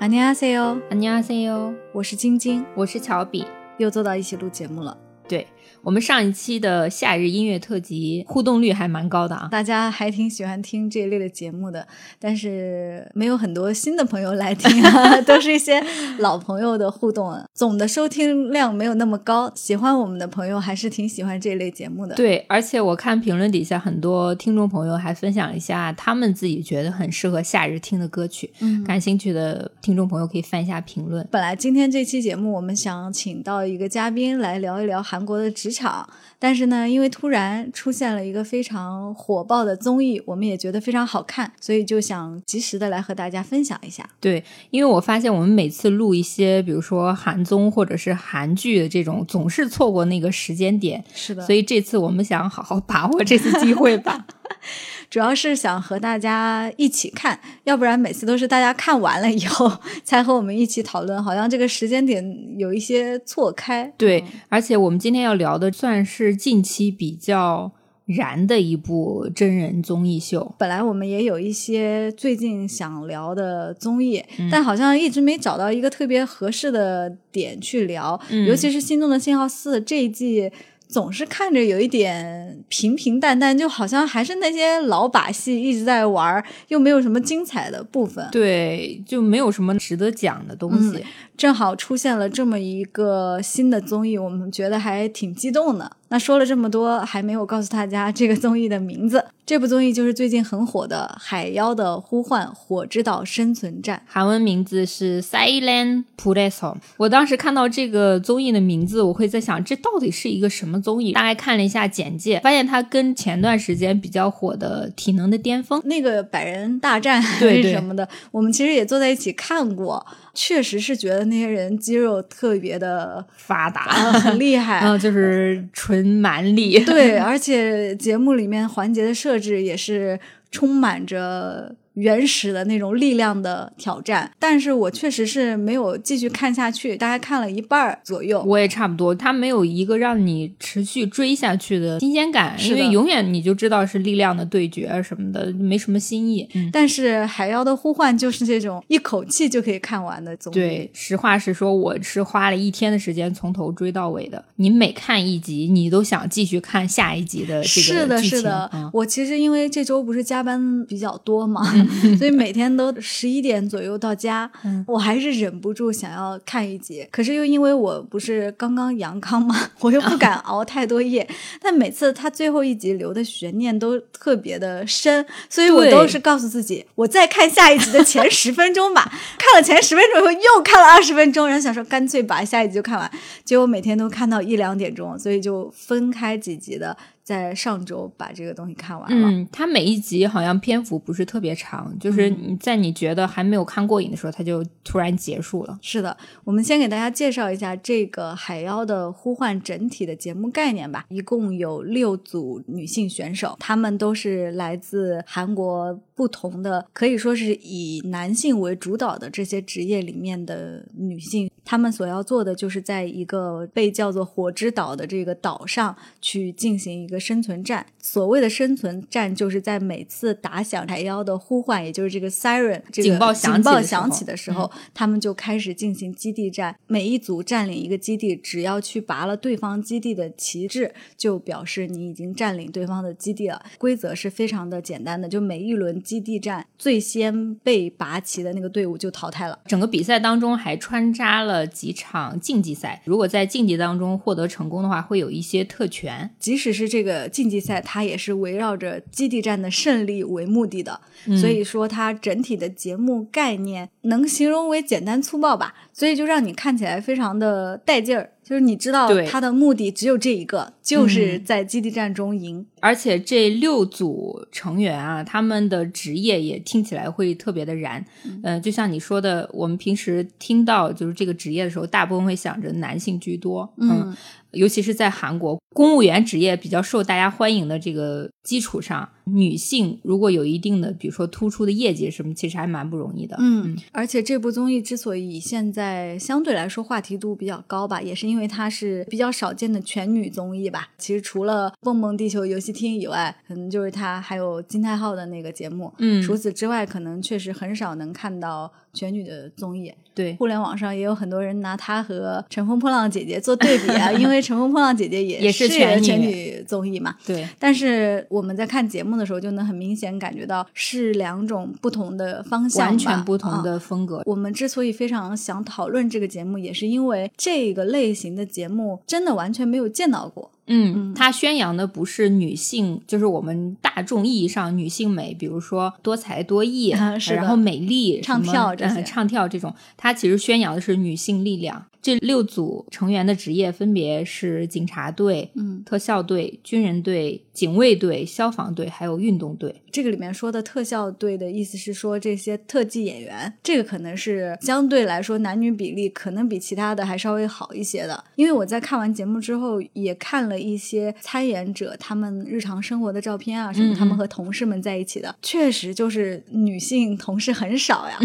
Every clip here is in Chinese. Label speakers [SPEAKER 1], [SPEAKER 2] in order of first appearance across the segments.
[SPEAKER 1] 안녕하세요，
[SPEAKER 2] 안녕하세요，
[SPEAKER 1] 我是晶晶，
[SPEAKER 2] 我是乔比，
[SPEAKER 1] 又坐到一起录节目了。
[SPEAKER 2] 对我们上一期的夏日音乐特辑互动率还蛮高的啊，
[SPEAKER 1] 大家还挺喜欢听这一类的节目的，但是没有很多新的朋友来听、 啊，都是一些老朋友的互动、啊，总的收听量没有那么高。喜欢我们的朋友还是挺喜欢这一类节目的。
[SPEAKER 2] 对，而且我看评论底下很多听众朋友还分享一下他们自己觉得很适合夏日听的歌曲，
[SPEAKER 1] 嗯
[SPEAKER 2] 感兴趣的听众朋友可以翻一下评论。
[SPEAKER 1] 本来今天这期节目我们想请到一个嘉宾来聊一聊韩国的职场，但是呢，因为突然出现了一个非常火爆的综艺，我们也觉得非常好看，所以就想及时的来和大家分享一下。
[SPEAKER 2] 对，因为我发现我们每次录一些，比如说韩综或者是韩剧的这种，总是错过那个时间点，
[SPEAKER 1] 是的，
[SPEAKER 2] 所
[SPEAKER 1] 以
[SPEAKER 2] 以这次我们想好好把握这次机会吧。
[SPEAKER 1] 主要是想和大家一起看，要不然每次都是大家看完了以后才和我们一起讨论，好像这个时间点有一些错开。
[SPEAKER 2] 对，而且我们今天要聊的算是近期比较燃的一部真人综艺秀。
[SPEAKER 1] 本来我们也有一些最近想聊的综艺，但好像一直没找到一个特别合适的点去聊，
[SPEAKER 2] 嗯
[SPEAKER 1] 尤其是《心动的信号四》这一季。总是看着有一点平平淡淡，就好像还是那些老把戏一直在玩儿，又没有什么精彩的部分。
[SPEAKER 2] 对，就没有什么值得讲的东西。
[SPEAKER 1] 正好出现了这么一个新的综艺，我们觉得还挺激动的。那说了这么多，还没有告诉大家这个综艺的名字。 这部综艺就是最近很火的《海妖的呼唤：火之岛生存战》。
[SPEAKER 2] 韩文名字是 Silent p u l e s o 我当时看到这个综艺的名字，我会在想这到底是一个什么综艺？大概看了一下简介，发现它跟前段时间比较火的《体能的巅峰》
[SPEAKER 1] 那个百人大战还
[SPEAKER 2] 对
[SPEAKER 1] 是
[SPEAKER 2] 对
[SPEAKER 1] 什么的，我们其实也坐在一起看过，确实是觉得那些人肌肉特别的、
[SPEAKER 2] 发达，
[SPEAKER 1] 啊、很厉害，
[SPEAKER 2] 然后就是纯蛮力。
[SPEAKER 1] 对，而且节目里面环节的设置也是充满着原始的那种力量的挑战，但是我确实是没有继续看下去，大概看了一半儿左右。
[SPEAKER 2] 我也差不多，它没有一个让你持续追下去的新鲜感，
[SPEAKER 1] 是
[SPEAKER 2] 因
[SPEAKER 1] 的
[SPEAKER 2] 为永远你就知道是力量的对决什么的，没什么新意。嗯，
[SPEAKER 1] 但是《海妖的呼唤》就是这种一口气就可以看完的综艺，
[SPEAKER 2] 对，实话实说，我是花了一天的时间从头追到尾的。你每看一集，你都想继续看下一集的这
[SPEAKER 1] 是
[SPEAKER 2] 个
[SPEAKER 1] 的，
[SPEAKER 2] 剧情。
[SPEAKER 1] 是的。
[SPEAKER 2] 嗯
[SPEAKER 1] 我其实因为这周不是加班比较多嘛， 所以每天都十一点左右到家，
[SPEAKER 2] 嗯
[SPEAKER 1] 我还是忍不住想要看一集。可是又因为我不是刚刚阳康嘛， 我又不敢熬太多夜。但每次他最后一集留的悬念都特别的深，所以我
[SPEAKER 2] 对
[SPEAKER 1] 都是告诉自己，我再看下一集的前十分钟吧。看了前十分钟以后，又看了二十分钟，然后想说干脆把下一集就看完。结果每天都看到一两点钟，所以就分开几集的，在上周把这个东西看完了。
[SPEAKER 2] 嗯，它每一集好像篇幅不是特别长，就是
[SPEAKER 1] 嗯
[SPEAKER 2] 你在你觉得还没有看过瘾的时候，它就突然结束了。
[SPEAKER 1] 是的，我们先给大家介绍一下这个《海妖的呼唤》整体的节目概念吧。一共有六组女性选手，她们都是来自韩国不同的，可以说是以男性为主导的这些职业里面的女性。她们所要做的就是在一个被叫做火之岛的这个岛上去进行一个生存战。所谓的生存战，就是在每次打响海妖的呼唤，也就是这个 siren 这个
[SPEAKER 2] 警报响起
[SPEAKER 1] 警报
[SPEAKER 2] 的时
[SPEAKER 1] 响
[SPEAKER 2] 候
[SPEAKER 1] 起的时候，他们就开始进行基地战，每一组占领一个基地，只要去拔了对方基地的旗帜，就表示你已经占领对方的基地了。规则是非常的简单的，就每一轮基地战，最先被拔旗的那个队伍就淘汰了。
[SPEAKER 2] 整个比赛当中还穿插了几场竞技赛，如果在竞技当中获得成功的话，会有一些特权。
[SPEAKER 1] 即使是这个竞技赛，它也是围绕着基地战的胜利为目的的，
[SPEAKER 2] 嗯
[SPEAKER 1] 所以说它整体的节目概念能形容为简单粗暴吧，所以就让你看起来非常的带劲儿，就是你知道
[SPEAKER 2] 对嗯
[SPEAKER 1] 它的目的只有这一个，就是在基地战中赢。
[SPEAKER 2] 而且这六组成员啊，他们的职业也听起来会特别的燃。嗯、就像你说的，我们平时听到就是这个职业的时候，大部分会想着男性居多。嗯，尤其是在韩国公务员职业比较受大家欢迎的这个基础上，女性如果有一定的，比如说突出的业绩什么，其实还蛮不容易的。
[SPEAKER 1] 嗯，而且这部综艺之所以现在相对来说话题度比较高吧，也是因为它是比较少见的全女综艺吧。其实除了《蹦蹦地球游戏厅》以外，可能就是它还有金泰浩的那个节目。
[SPEAKER 2] 嗯
[SPEAKER 1] 除此之外，可能确实很少能看到全女的综艺。
[SPEAKER 2] 对，
[SPEAKER 1] 互联网上也有很多人拿她和《乘风破浪姐姐》做对比啊，因为《乘风破浪 姐姐》也
[SPEAKER 2] 也是
[SPEAKER 1] 是
[SPEAKER 2] 全女
[SPEAKER 1] 全女综艺嘛。
[SPEAKER 2] 对，
[SPEAKER 1] 但是我们在看节目的时候，就能很明显感觉到是两种不同的方向吧，
[SPEAKER 2] 完全不同
[SPEAKER 1] 啊
[SPEAKER 2] 的风格。
[SPEAKER 1] 我们之所以非常想讨论这个节目，也是因为这个类型的节目真的完全没有见到过。
[SPEAKER 2] 嗯，它宣扬的不是女性，就是我们大众意义上女性美，比如说多才多艺，呃
[SPEAKER 1] 啊是的
[SPEAKER 2] 然后美丽、
[SPEAKER 1] 唱
[SPEAKER 2] 什么
[SPEAKER 1] 跳这
[SPEAKER 2] 嗯
[SPEAKER 1] 些
[SPEAKER 2] 唱跳这种，它其实宣扬的是女性力量。这六组成员的职业分别是警察队、
[SPEAKER 1] 嗯，
[SPEAKER 2] 特效队、军人队、警卫队、消防队，还有运动队。
[SPEAKER 1] 这个里面说的特效队的意思是说，这些特技演员，这个可能是相对来说男女比例可能比其他的还稍微好一些的。因为我在看完节目之后，也看了一些参演者他们日常生活的照片啊，什
[SPEAKER 2] 嗯嗯
[SPEAKER 1] 么他们和同事们在一起的，确实就是女性同事很少 呀，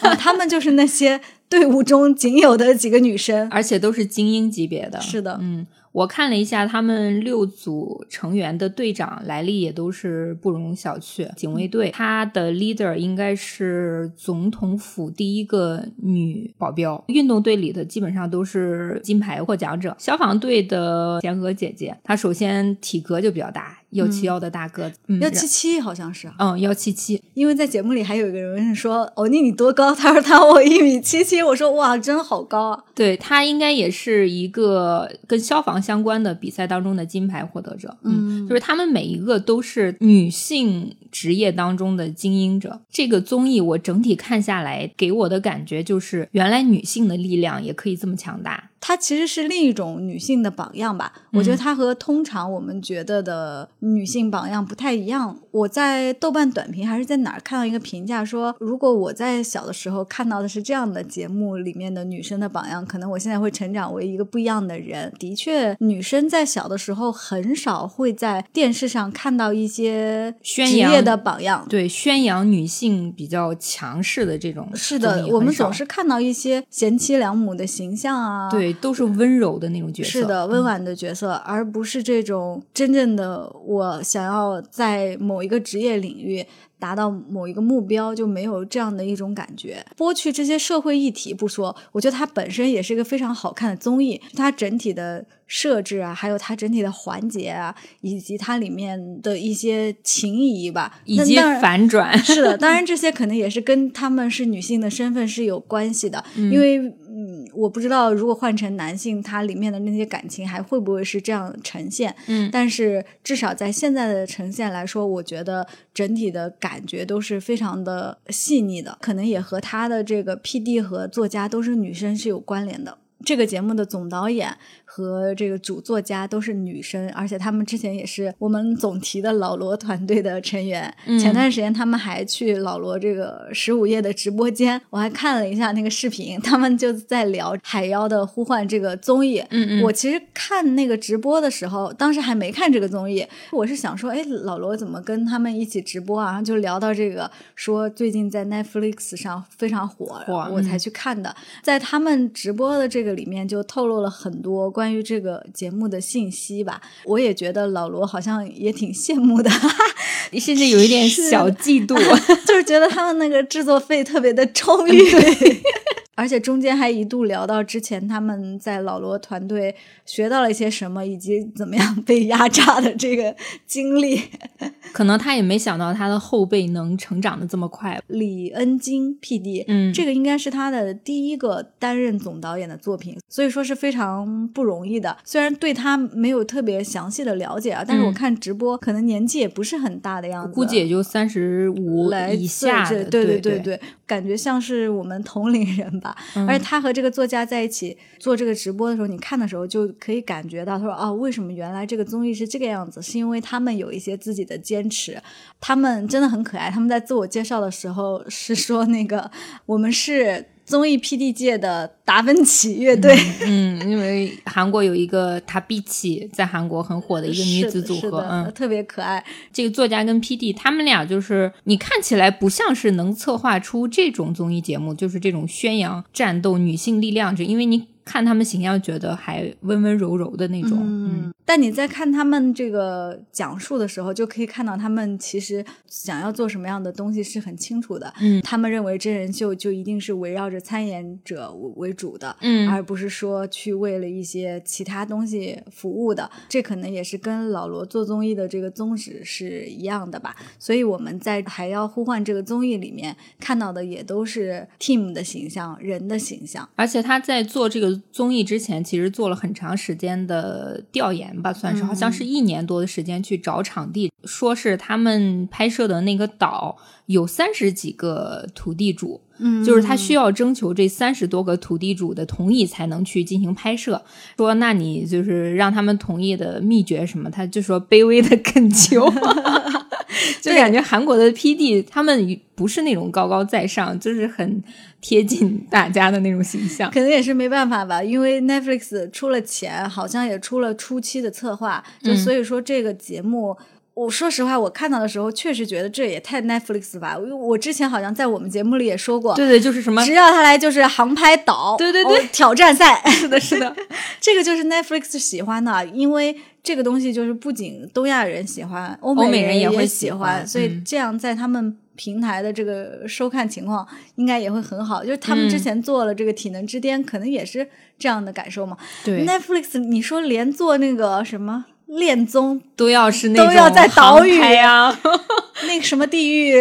[SPEAKER 1] 啊他们就是那些队伍中仅有的几个女生。
[SPEAKER 2] 而且都是精英级别的。
[SPEAKER 1] 是的
[SPEAKER 2] 嗯，我看了一下他们六组成员的队长来历也都是不容小觑。
[SPEAKER 1] 嗯
[SPEAKER 2] 警卫队他的 leader 应该是总统府第一个女保镖。运动队里的基本上都是金牌获奖者。消防队的贤娥姐姐，她首先体格就比较大，幺七幺的大个子，嗯
[SPEAKER 1] 幺七。七好像是啊，
[SPEAKER 2] 嗯，幺七七，
[SPEAKER 1] 因为在节目里还有一个人说：“欧尼你多高？”他说：“他我一米七七。”我说：“哇，真好高啊！”
[SPEAKER 2] 对她应该也是一个跟消防相关的比赛当中的金牌获得者。嗯，
[SPEAKER 1] 嗯
[SPEAKER 2] 就是他们每一个都是女性职业当中的精英者。这个综艺我整体看下来，给我的感觉就是，原来女性的力量也可以这么强大。
[SPEAKER 1] 她其实是另一种女性的榜样吧。我
[SPEAKER 2] 嗯
[SPEAKER 1] 觉得她和通常我们觉得的女性榜样不太一样。我在豆瓣短评还是在哪儿看到一个评价说，如果我在小的时候看到的是这样的节目里面的女生的榜样，可能我现在会成长为一个不一样的人。的确，女生在小的时候很少会在电视上看到一些
[SPEAKER 2] 宣
[SPEAKER 1] 职
[SPEAKER 2] 扬
[SPEAKER 1] 业的榜样，
[SPEAKER 2] 对，宣扬女性比较强势的这种
[SPEAKER 1] 是
[SPEAKER 2] 综
[SPEAKER 1] 的，
[SPEAKER 2] 艺很
[SPEAKER 1] 我们
[SPEAKER 2] 少
[SPEAKER 1] 总是看到一些贤妻良母的形象啊，，
[SPEAKER 2] 对，都是温柔的那种角色。嗯
[SPEAKER 1] 是的，温婉的角色，而不是这种真正的我想要在某一个职业领域达到某一个目标，就没有这样的一种感觉。剥去这些社会议题不说，我觉得它本身也是一个非常好看的综艺，它整体的。设置啊，还有它整体的环节啊，以及它里面的一些情谊吧，
[SPEAKER 2] 以
[SPEAKER 1] 那
[SPEAKER 2] 及
[SPEAKER 1] 当然
[SPEAKER 2] 反转。
[SPEAKER 1] 是的，当然这些可能也是跟他们是女性的身份是有关系的，因为嗯，我不知道如果换成男性，它里面的那些感情还会不会是这样呈现。
[SPEAKER 2] 嗯
[SPEAKER 1] 但是至少在现在的呈现来说，我觉得整体的感觉都是非常的细腻的，可能也和他的这个 P D 和作家都是女生是有关联的。这个节目的总导演和这个主作家都是女生，而且他们之前也是我们总提的老罗团队的成员。
[SPEAKER 2] 嗯
[SPEAKER 1] 前段时间他们还去老罗这个十五夜的直播间，我还看了一下那个视频， 他们就在聊《海妖的呼唤》这个综艺。
[SPEAKER 2] 嗯嗯，
[SPEAKER 1] 我其实看那个直播的时候，当时还没看这个综艺，我是想说，哎，老罗怎么跟他们一起直播啊？然后就聊到这个，说最近在 Netflix 上非常火，
[SPEAKER 2] 火嗯
[SPEAKER 1] 我才去看的。在他们直播的这个里面，就透露了很多关于这个节目的信息吧。我也觉得老罗好像也挺羡慕的，
[SPEAKER 2] 甚至有一点
[SPEAKER 1] 是
[SPEAKER 2] 小嫉 妒。
[SPEAKER 1] 就是觉得他们那个制作费特 别的充裕。 而且中间还一度聊到之前他们在老罗团队学到了一些什么，以及怎么样被压榨的这个经历。
[SPEAKER 2] 可能他也没想到他的后辈能成长的这么快。
[SPEAKER 1] 李恩京 P.D.
[SPEAKER 2] 嗯
[SPEAKER 1] 这个应该是他的第一个担任总导演的作品，所以说是非常不容易的。虽然对他没有特别详细的了解啊，但是我
[SPEAKER 2] 嗯
[SPEAKER 1] 看直播可能年纪也不是很大的样子，
[SPEAKER 2] 估计也就三十五
[SPEAKER 1] 来
[SPEAKER 2] 以
[SPEAKER 1] 自
[SPEAKER 2] 下
[SPEAKER 1] 这
[SPEAKER 2] 的，
[SPEAKER 1] 对
[SPEAKER 2] 对
[SPEAKER 1] 对对，感觉像是我们同龄人吧。
[SPEAKER 2] 嗯
[SPEAKER 1] 而且他和这个作家在一起做这个直播的时候，你看的时候就可以感觉到，他说哦，为什么原来这个综艺是这个样子？是因为他们有一些自己的坚持，他们真的很可爱。他们在自我介绍的时候是说那个我们是。综艺 PD 界的达芬奇乐队。
[SPEAKER 2] 嗯，因为韩国有一个塔比奇，在韩国很 嗯火的一个女子组
[SPEAKER 1] 是
[SPEAKER 2] 合，
[SPEAKER 1] 的
[SPEAKER 2] 嗯，
[SPEAKER 1] 特别可爱。
[SPEAKER 2] 这个作家跟 PD 他们俩就是你看起来不像是能策划出这种综艺节目，就是这种宣扬战斗女性力量，就因为你看他们形象，觉得还温温柔柔的那种，嗯
[SPEAKER 1] 嗯，但你在看他们这个讲述的时候，就可以看到他们其实想要做什么样的东西是很清楚的。
[SPEAKER 2] 嗯
[SPEAKER 1] 他们认为真人秀就一定是围绕着参演者为主的，
[SPEAKER 2] 嗯
[SPEAKER 1] 而不是说去为了一些其他东西服务的。这可能也是跟老罗做综艺的这个宗旨是一样的吧。所以我们在《还要呼唤》这个综艺里面看到的也都是 team 的形象、人的形象。
[SPEAKER 2] 而且他在做这个综艺之前，其实做了很长时间的调研吧，算是
[SPEAKER 1] 嗯
[SPEAKER 2] 好像是一年多的时间去找场地，说是他们拍摄的那个岛有三十几个土地主，
[SPEAKER 1] 嗯
[SPEAKER 2] 就是他需要征求这三十多个土地主的同意才能去进行拍摄。说，那你就是让他们同意的秘诀什么？他就说卑微的恳 求， 就感觉韩国的 PD 他们不是那种高高在上，就是很贴近大家的那种形象。
[SPEAKER 1] 可能也是没办法吧，因为 Netflix 出了钱，好像也出了初期的策划，就
[SPEAKER 2] 嗯
[SPEAKER 1] 所以说这个节目。我说实话，我看到的时候确实觉得这也太 Netflix 吧。我我之前好像在我们节目里也说过，
[SPEAKER 2] 对对，就是什么。
[SPEAKER 1] 只要他来就是航拍岛，
[SPEAKER 2] 对对对
[SPEAKER 1] 哦挑战赛，
[SPEAKER 2] 是的，是的，
[SPEAKER 1] 这个就是 Netflix 喜欢的，因为这个东西就是不仅东亚人喜欢，欧
[SPEAKER 2] 美人
[SPEAKER 1] 人
[SPEAKER 2] 也会喜
[SPEAKER 1] 喜
[SPEAKER 2] 欢
[SPEAKER 1] 所以
[SPEAKER 2] 嗯
[SPEAKER 1] 这样在他们平台的这个收看情况应该也会很好。就是他们之
[SPEAKER 2] 嗯
[SPEAKER 1] 前做了这个体能之巅，可能也是这样的感受嘛。
[SPEAKER 2] 对，
[SPEAKER 1] Netflix，你说连做那个什么恋综，
[SPEAKER 2] 都要是那种
[SPEAKER 1] 都要在岛屿
[SPEAKER 2] 航拍啊，
[SPEAKER 1] 那个什么地狱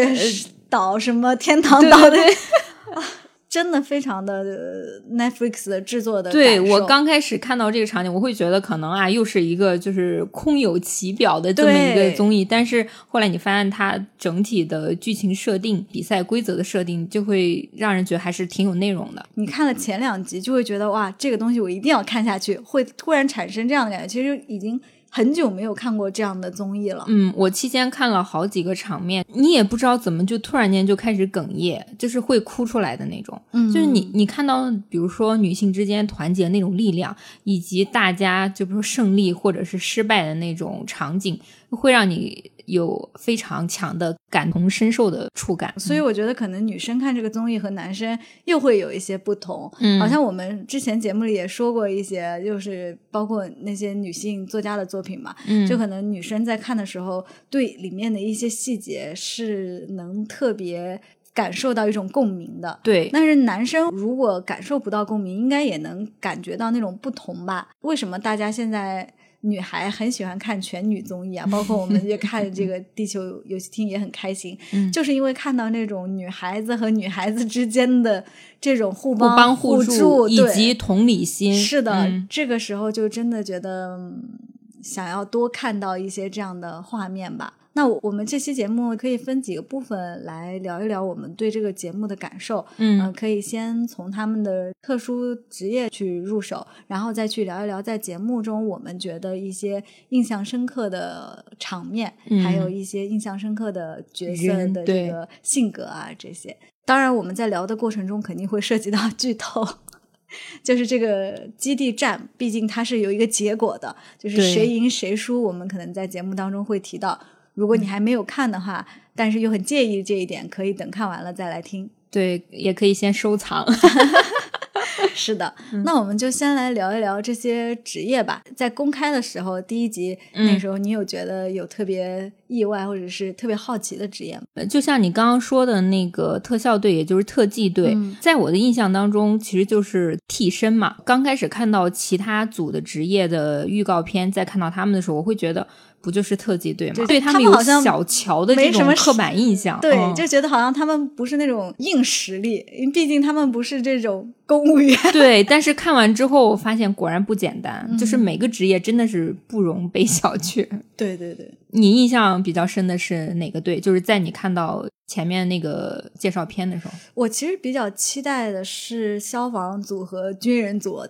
[SPEAKER 1] 岛、什么天堂岛的， 啊真的非常的呃 Netflix 的制作的感
[SPEAKER 2] 对
[SPEAKER 1] 受。
[SPEAKER 2] 我刚开始看到这个场景，我会觉得可能啊，又是一个就是空有其表的这么一个
[SPEAKER 1] 对
[SPEAKER 2] 综艺。但是后来你发现它整体的剧情设定、比赛规则的设定，就会让人觉得还是挺有内容的。
[SPEAKER 1] 你看了前两集，就会觉得哇，这个东西我一定要看下去，会突然产生这样的感觉。其实已经很久没有看过这样的综艺了。
[SPEAKER 2] 嗯，我期间看了好几个场面，你也不知道怎么就突然间就开始哽咽，就是会哭出来的那种。
[SPEAKER 1] 嗯
[SPEAKER 2] 就是你你看到，比如说女性之间团结那种力量，以及大家就比如说胜利或者是失败的那种场景，会让你有非常强的感同身受的触感。
[SPEAKER 1] 嗯所以我觉得可能女生看这个综艺和男生又会有一些不同。
[SPEAKER 2] 嗯
[SPEAKER 1] 好像我们之前节目里也说过一些，就是包括那些女性作家的作品嘛，
[SPEAKER 2] 嗯，
[SPEAKER 1] 就可能女生在看的时候，对里面的一些细节是能特别感受到一种共鸣的。
[SPEAKER 2] 对，
[SPEAKER 1] 但是男生如果感受不到共鸣，应该也能感觉到那种不同吧？为什么大家现在女孩很喜欢看全女综艺啊？包括我们也看这个《地球游戏厅》也很开心，
[SPEAKER 2] 嗯
[SPEAKER 1] 就是因为看到那种女孩子和女孩子之间的这种互
[SPEAKER 2] 互帮
[SPEAKER 1] 互
[SPEAKER 2] 助以
[SPEAKER 1] 对
[SPEAKER 2] 及同理心，
[SPEAKER 1] 是的，
[SPEAKER 2] 嗯
[SPEAKER 1] 这个时候就真的觉得、嗯想要多看到一些这样的画面吧。那我我们这期节目可以分几个部分来聊一聊我们对这个节目的感受。
[SPEAKER 2] 嗯
[SPEAKER 1] 呃，可以先从他们的特殊职业去入手，然后再去聊一聊在节目中我们觉得一些印象深刻的场面，还有
[SPEAKER 2] 嗯
[SPEAKER 1] 一些印象深刻的角色
[SPEAKER 2] 人
[SPEAKER 1] 的
[SPEAKER 2] 对
[SPEAKER 1] 这个性格啊这些。当然，我们在聊的过程中肯定会涉及到剧透。 就是这个基地战，毕竟它是有一个结果的，就是
[SPEAKER 2] 对
[SPEAKER 1] 谁赢谁输，我们可能在节目当中会提到。如
[SPEAKER 2] 嗯
[SPEAKER 1] 果你还没有看的话，但是又很介意这一点，可以等看完了再来听。
[SPEAKER 2] 对，也可以先收藏。
[SPEAKER 1] 是的，那我们就先来聊一聊这些职业吧。在公开的时候，第一集、
[SPEAKER 2] 嗯
[SPEAKER 1] 那时候，你有觉得有特别意外或者是特别好奇的职业吗？
[SPEAKER 2] 呃就像你刚刚说的那个特效队，也就是特技队，
[SPEAKER 1] 嗯
[SPEAKER 2] 在我的印象当中，其实就是替身嘛。刚开始看到其他组的职业的预告片，再看到他们的时候，我会觉得不就是特技队吗
[SPEAKER 1] 对？
[SPEAKER 2] 对
[SPEAKER 1] 他
[SPEAKER 2] 们
[SPEAKER 1] 们
[SPEAKER 2] 有
[SPEAKER 1] 好像
[SPEAKER 2] 小乔的这
[SPEAKER 1] 没什
[SPEAKER 2] 种
[SPEAKER 1] 么
[SPEAKER 2] 刻板印象，
[SPEAKER 1] 对，
[SPEAKER 2] 嗯
[SPEAKER 1] 就觉得好像他们不是那种硬实力，因为毕竟他们不是这种公务员。
[SPEAKER 2] 对。但是看完之后，我发现果然不简单，就是
[SPEAKER 1] 嗯
[SPEAKER 2] 每个职业真的是不容被小觑。
[SPEAKER 1] 对对对，
[SPEAKER 2] 你印象比较深的是哪个队？就是在你看到前面那个介绍片的时候，
[SPEAKER 1] 我其实比较期待的是消防组和军人组，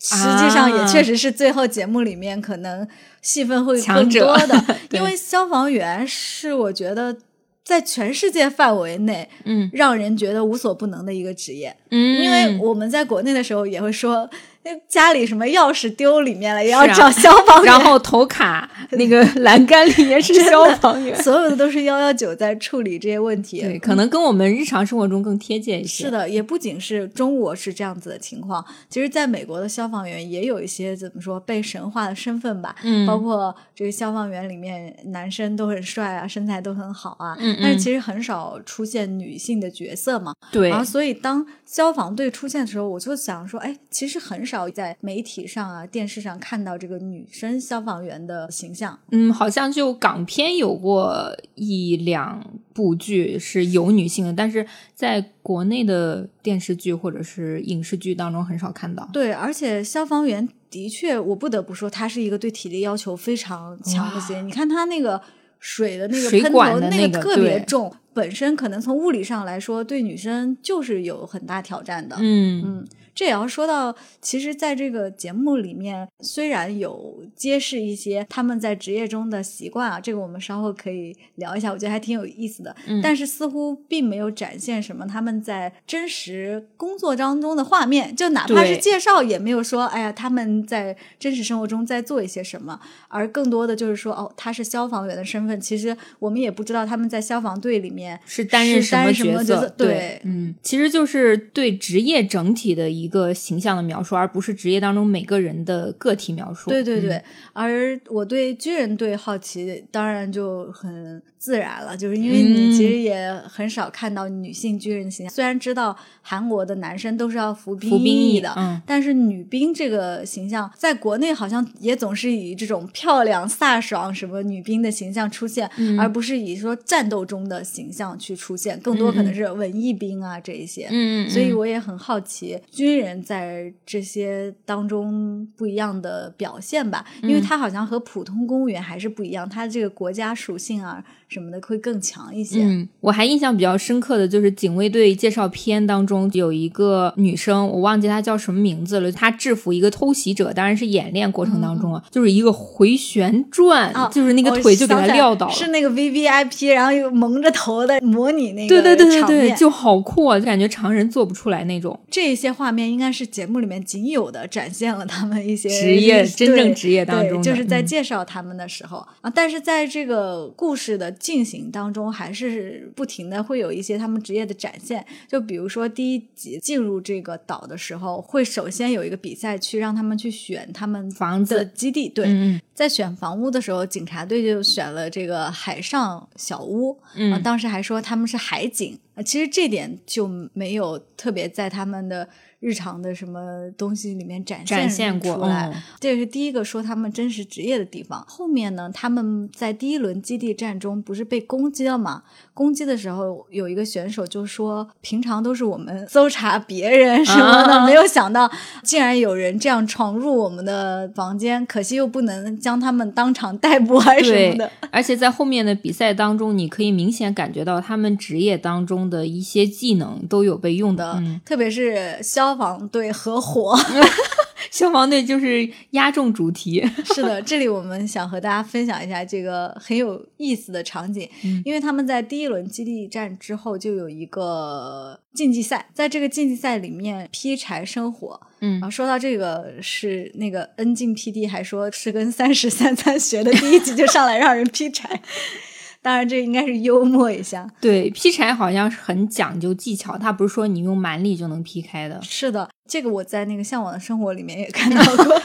[SPEAKER 1] 实际上也确实是最后节目里面可能戏份会
[SPEAKER 2] 强
[SPEAKER 1] 更
[SPEAKER 2] 者，
[SPEAKER 1] 多的
[SPEAKER 2] 对
[SPEAKER 1] 因为消防员是我觉得在全世界范围内
[SPEAKER 2] 嗯
[SPEAKER 1] 让人觉得无所不能的一个职业。
[SPEAKER 2] 嗯，
[SPEAKER 1] 因为我们在国内的时候也会说，那家里什么钥匙丢里面了，也要
[SPEAKER 2] 是啊
[SPEAKER 1] 找消防员。
[SPEAKER 2] 然后投卡 那个栏杆里面是消防员，
[SPEAKER 1] 所有的都是幺幺九在处理这些问题。嗯
[SPEAKER 2] 对，可能跟我们日常生活中更贴近一些。
[SPEAKER 1] 是的，也不仅是中国是这样子的情况，其实在美国的消防员也有一些怎么说被神化的身份吧，
[SPEAKER 2] 嗯
[SPEAKER 1] 包括这个消防员里面男生都很帅啊，身材都很好啊，
[SPEAKER 2] 嗯嗯
[SPEAKER 1] 但是其实很少出现女性的角色嘛，
[SPEAKER 2] 对
[SPEAKER 1] 然后所以当消防队出现的时候，我就想说，哎，其实很少在媒体上啊、电视上看到这个女生消防员的形象，
[SPEAKER 2] 嗯，好像就港片有过一两部剧是有女性的，但是在国内的电视剧或者是影视剧当中很少看到。
[SPEAKER 1] 对，而且消防员的确，我不得不说，他是一个对体力要求非常强的职业。你看他那个水的那个
[SPEAKER 2] 水
[SPEAKER 1] 喷头，
[SPEAKER 2] 管的
[SPEAKER 1] 那
[SPEAKER 2] 那个
[SPEAKER 1] 特别
[SPEAKER 2] 对
[SPEAKER 1] 重，本身可能从物理上来说，对女生就是有很大挑战的。
[SPEAKER 2] 嗯
[SPEAKER 1] 嗯，这也要说到，其实在这个节目里面，虽然有揭示一些他们在职业中的习惯啊，这个我们稍后可以聊一下，我觉得还挺有意思的。
[SPEAKER 2] 嗯
[SPEAKER 1] 但是似乎并没有展现什么他们在真实工作当中的画面，就哪怕是
[SPEAKER 2] 对
[SPEAKER 1] 介绍，也没有说哎呀他们在真实生活中在做一些什么，而更多的就是说哦，他是消防员的身份，其实我们也不知道他们在消防队里面
[SPEAKER 2] 是担任
[SPEAKER 1] 是
[SPEAKER 2] 什么
[SPEAKER 1] 担什么
[SPEAKER 2] 角
[SPEAKER 1] 角
[SPEAKER 2] 色？
[SPEAKER 1] 色对
[SPEAKER 2] 嗯，其实就是对职业整体的一个形象的描述，而不是职业当中每个人的个体描述。
[SPEAKER 1] 对对
[SPEAKER 2] 嗯
[SPEAKER 1] 对，，而我对军人队好奇，当然就很自然了，就是因为
[SPEAKER 2] 嗯
[SPEAKER 1] 你其实也很少看到女性军人的形象。虽然知道韩国的男生都是要服兵
[SPEAKER 2] 服兵
[SPEAKER 1] 役
[SPEAKER 2] 役
[SPEAKER 1] 的，
[SPEAKER 2] 嗯，
[SPEAKER 1] 但是女兵这个形象在国内好像也总是以这种漂亮飒爽什么女兵的形象出现，
[SPEAKER 2] 嗯
[SPEAKER 1] 而不是以说战斗中的形象去出现，更多可
[SPEAKER 2] 嗯
[SPEAKER 1] 能是文艺兵啊这一些。
[SPEAKER 2] 嗯，嗯
[SPEAKER 1] 所以我也很好奇军人在这些当中不一样的表现吧，因为
[SPEAKER 2] 嗯
[SPEAKER 1] 他好像和普通公务员还是不一样，他这个国家属性啊什么的会更强一些。
[SPEAKER 2] 嗯，我还印象比较深刻的就是警卫队介绍片当中有一个女生，我忘记她叫什么名字了。她制服一个偷袭者，当然是演练过程当中啊，就是一个回旋转，
[SPEAKER 1] 啊
[SPEAKER 2] 就是那个
[SPEAKER 1] 我
[SPEAKER 2] 腿就给
[SPEAKER 1] 想
[SPEAKER 2] 她
[SPEAKER 1] 起来
[SPEAKER 2] 撂倒了。
[SPEAKER 1] 是那个 V V I P，然后又蒙着头的模拟那
[SPEAKER 2] 对
[SPEAKER 1] 个
[SPEAKER 2] 对对对
[SPEAKER 1] 场
[SPEAKER 2] 对，
[SPEAKER 1] 面
[SPEAKER 2] 就好酷啊！就感觉常人做不出来那种
[SPEAKER 1] 这些画面应该是节目里面仅有的，展现了他们一些
[SPEAKER 2] 职业，
[SPEAKER 1] 对
[SPEAKER 2] 真正职业当
[SPEAKER 1] 对
[SPEAKER 2] 中的，
[SPEAKER 1] 就是在
[SPEAKER 2] 嗯
[SPEAKER 1] 介绍他们的时候、啊，但是在这个故事的进行当中，还是不停的会有一些他们职业的展现。就比如说第一集进入这个岛的时候，会首先有一个比赛区让他们去选他们
[SPEAKER 2] 房
[SPEAKER 1] 的
[SPEAKER 2] 子，
[SPEAKER 1] 基地。对，
[SPEAKER 2] 嗯
[SPEAKER 1] 在选房屋的时候，警察队就选了这个海上小屋。
[SPEAKER 2] 嗯
[SPEAKER 1] 啊，当时还说他们是海警，啊其实这点就没有特别在他们的日常的什么东西里面展
[SPEAKER 2] 展现过
[SPEAKER 1] 出来。
[SPEAKER 2] 嗯
[SPEAKER 1] 这是第一个说他们真实职业的地方。后面呢，他们在第一轮基地战中不是被攻击了吗？攻击的时候有一个选手就说，平常都是我们搜查别人什么的，
[SPEAKER 2] 啊
[SPEAKER 1] 没有想到竟然有人这样闯入我们的房间，可惜又不能将他们当场逮捕还是什么
[SPEAKER 2] 对
[SPEAKER 1] 的。，
[SPEAKER 2] 而且在后面的比赛当中，你可以明显感觉到他们职业当中的一些技能都有被用
[SPEAKER 1] 的，
[SPEAKER 2] 到。 嗯
[SPEAKER 1] 特别是消防队合伙。
[SPEAKER 2] 消防队就是压中主题，
[SPEAKER 1] 是的，这里我们想和大家分享一下这个很有意思的场景，
[SPEAKER 2] 嗯
[SPEAKER 1] 因为他们在第一轮基地战之后就有一个竞技赛，在这个竞技赛里面劈柴生火。
[SPEAKER 2] 嗯
[SPEAKER 1] 然后说到这个是那个恩静 PD 还说是跟三十三 三学的，第一集就上来让人劈柴。 当然，这应该是幽默一下。
[SPEAKER 2] 对，劈柴好像是很讲究技巧，它不是说你用蛮力就能劈开的。
[SPEAKER 1] 是的，这个我在那个《向往的生活》里面也看到 过，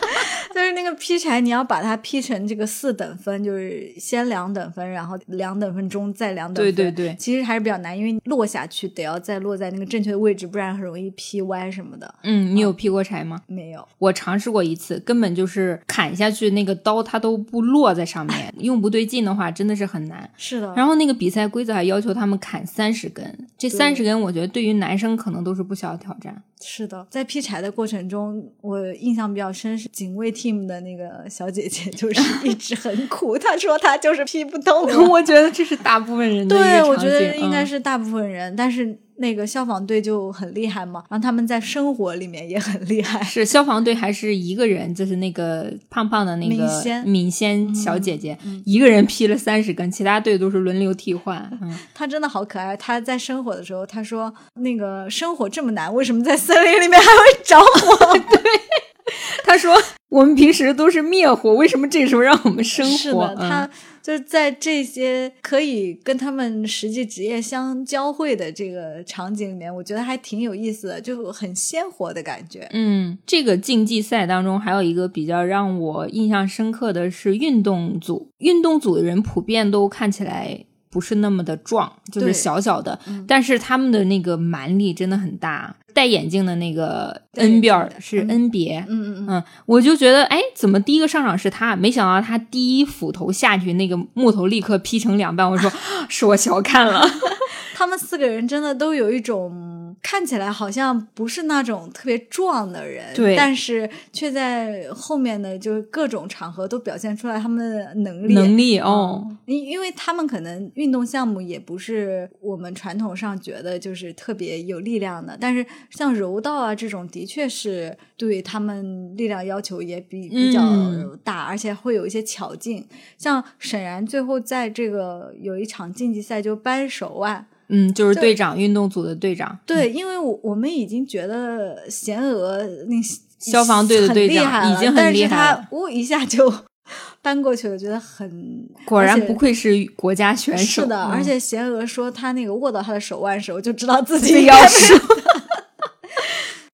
[SPEAKER 1] 就是那个劈柴，你要把它劈成这个四等分，就是先两等分，然后两等分中再两等
[SPEAKER 2] 对
[SPEAKER 1] 分。
[SPEAKER 2] 对对，
[SPEAKER 1] 其实还是比较难，因为落下去得要再落在那个正确的位置，不然很容易劈歪什么的。
[SPEAKER 2] 嗯，你有劈过柴吗？
[SPEAKER 1] 没有，
[SPEAKER 2] 我尝试过一次，根本就是砍下去那个刀它都不落在上 面，用不对劲的话真的是很难。
[SPEAKER 1] 是的。
[SPEAKER 2] 然后那个比赛规则还要求他们砍三十根，这
[SPEAKER 1] 对
[SPEAKER 2] 三十根我觉得对于男生可能都是不小的挑战。
[SPEAKER 1] 是的，在劈柴的过程中，我印象比较深是警卫 team 的那个小姐姐，就是一直很苦，她说她就是劈不动。
[SPEAKER 2] 我觉得这是大部分人的一个
[SPEAKER 1] 对，
[SPEAKER 2] 场景
[SPEAKER 1] 我觉得应该
[SPEAKER 2] 嗯
[SPEAKER 1] 是大部分人，但是那个消防队就很厉害嘛，然后他们在生活里面也很厉害。
[SPEAKER 2] 是消防队还是一个人？就是那个胖胖的那个
[SPEAKER 1] 敏仙嗯
[SPEAKER 2] 敏仙小姐姐，一个人劈了三十根，其他队都是轮流替换。 嗯，
[SPEAKER 1] 他真的好可爱。他在生火的时候，他说：“那个生火这么难，为什么在森林里面还会着 火？”
[SPEAKER 2] 他说我们平时都是灭火，为什么这时候让我们生火？
[SPEAKER 1] 是的，
[SPEAKER 2] 嗯
[SPEAKER 1] 他就是在这些可以跟他们实际职业相交汇的这个场景里面，我觉得还挺有意思的，就很鲜活的感觉。
[SPEAKER 2] 嗯，这个竞技赛当中还有一个比较让我印象深刻的是运动组，运动组的人普遍都看起来不是那么的壮，就是
[SPEAKER 1] 对
[SPEAKER 2] 小小的，
[SPEAKER 1] 嗯
[SPEAKER 2] 但是他们的那个蛮力真的很大。戴眼镜的那个
[SPEAKER 1] 戴眼
[SPEAKER 2] 恩比
[SPEAKER 1] 镜
[SPEAKER 2] 尔
[SPEAKER 1] 的
[SPEAKER 2] 是
[SPEAKER 1] 嗯
[SPEAKER 2] 恩别，
[SPEAKER 1] 嗯嗯嗯，
[SPEAKER 2] 嗯，我就觉得，哎，怎么第一个上场是他？没想到他第一斧头下去，那个木头立刻劈成两半。我 说，是我小看了。
[SPEAKER 1] 他们四个人真的都有一种看起来好像不是那种特别壮的人，
[SPEAKER 2] 对
[SPEAKER 1] 但是却在后面的就是各种场合都表现出来他们的能力。嗯
[SPEAKER 2] 能力哦，
[SPEAKER 1] 因因为他们可能运动项目也不是我们传统上觉得就是特别有力量的，但是像柔道啊这种，的确是对他们力量要求也比比较
[SPEAKER 2] 嗯
[SPEAKER 1] 大，而且会有一些巧劲。像沈然最后在这个有一场竞技赛就扳手腕，
[SPEAKER 2] 嗯，就是
[SPEAKER 1] 就
[SPEAKER 2] 队长，运动组的队长，
[SPEAKER 1] 对，因为我我们已经觉得贤娥那
[SPEAKER 2] 消防队的
[SPEAKER 1] 很
[SPEAKER 2] 队
[SPEAKER 1] 厉
[SPEAKER 2] 长
[SPEAKER 1] 害
[SPEAKER 2] 已
[SPEAKER 1] 了
[SPEAKER 2] 经很
[SPEAKER 1] 但
[SPEAKER 2] 厉
[SPEAKER 1] 是
[SPEAKER 2] 害
[SPEAKER 1] 他呜一下就 搬过去了，觉得很
[SPEAKER 2] 果
[SPEAKER 1] 而
[SPEAKER 2] 然
[SPEAKER 1] 且
[SPEAKER 2] 不愧是国家选手。
[SPEAKER 1] 是的，
[SPEAKER 2] 嗯
[SPEAKER 1] 而且贤娥说她那个握到她的手腕时，我就知道自
[SPEAKER 2] 自己
[SPEAKER 1] 己
[SPEAKER 2] 要
[SPEAKER 1] 是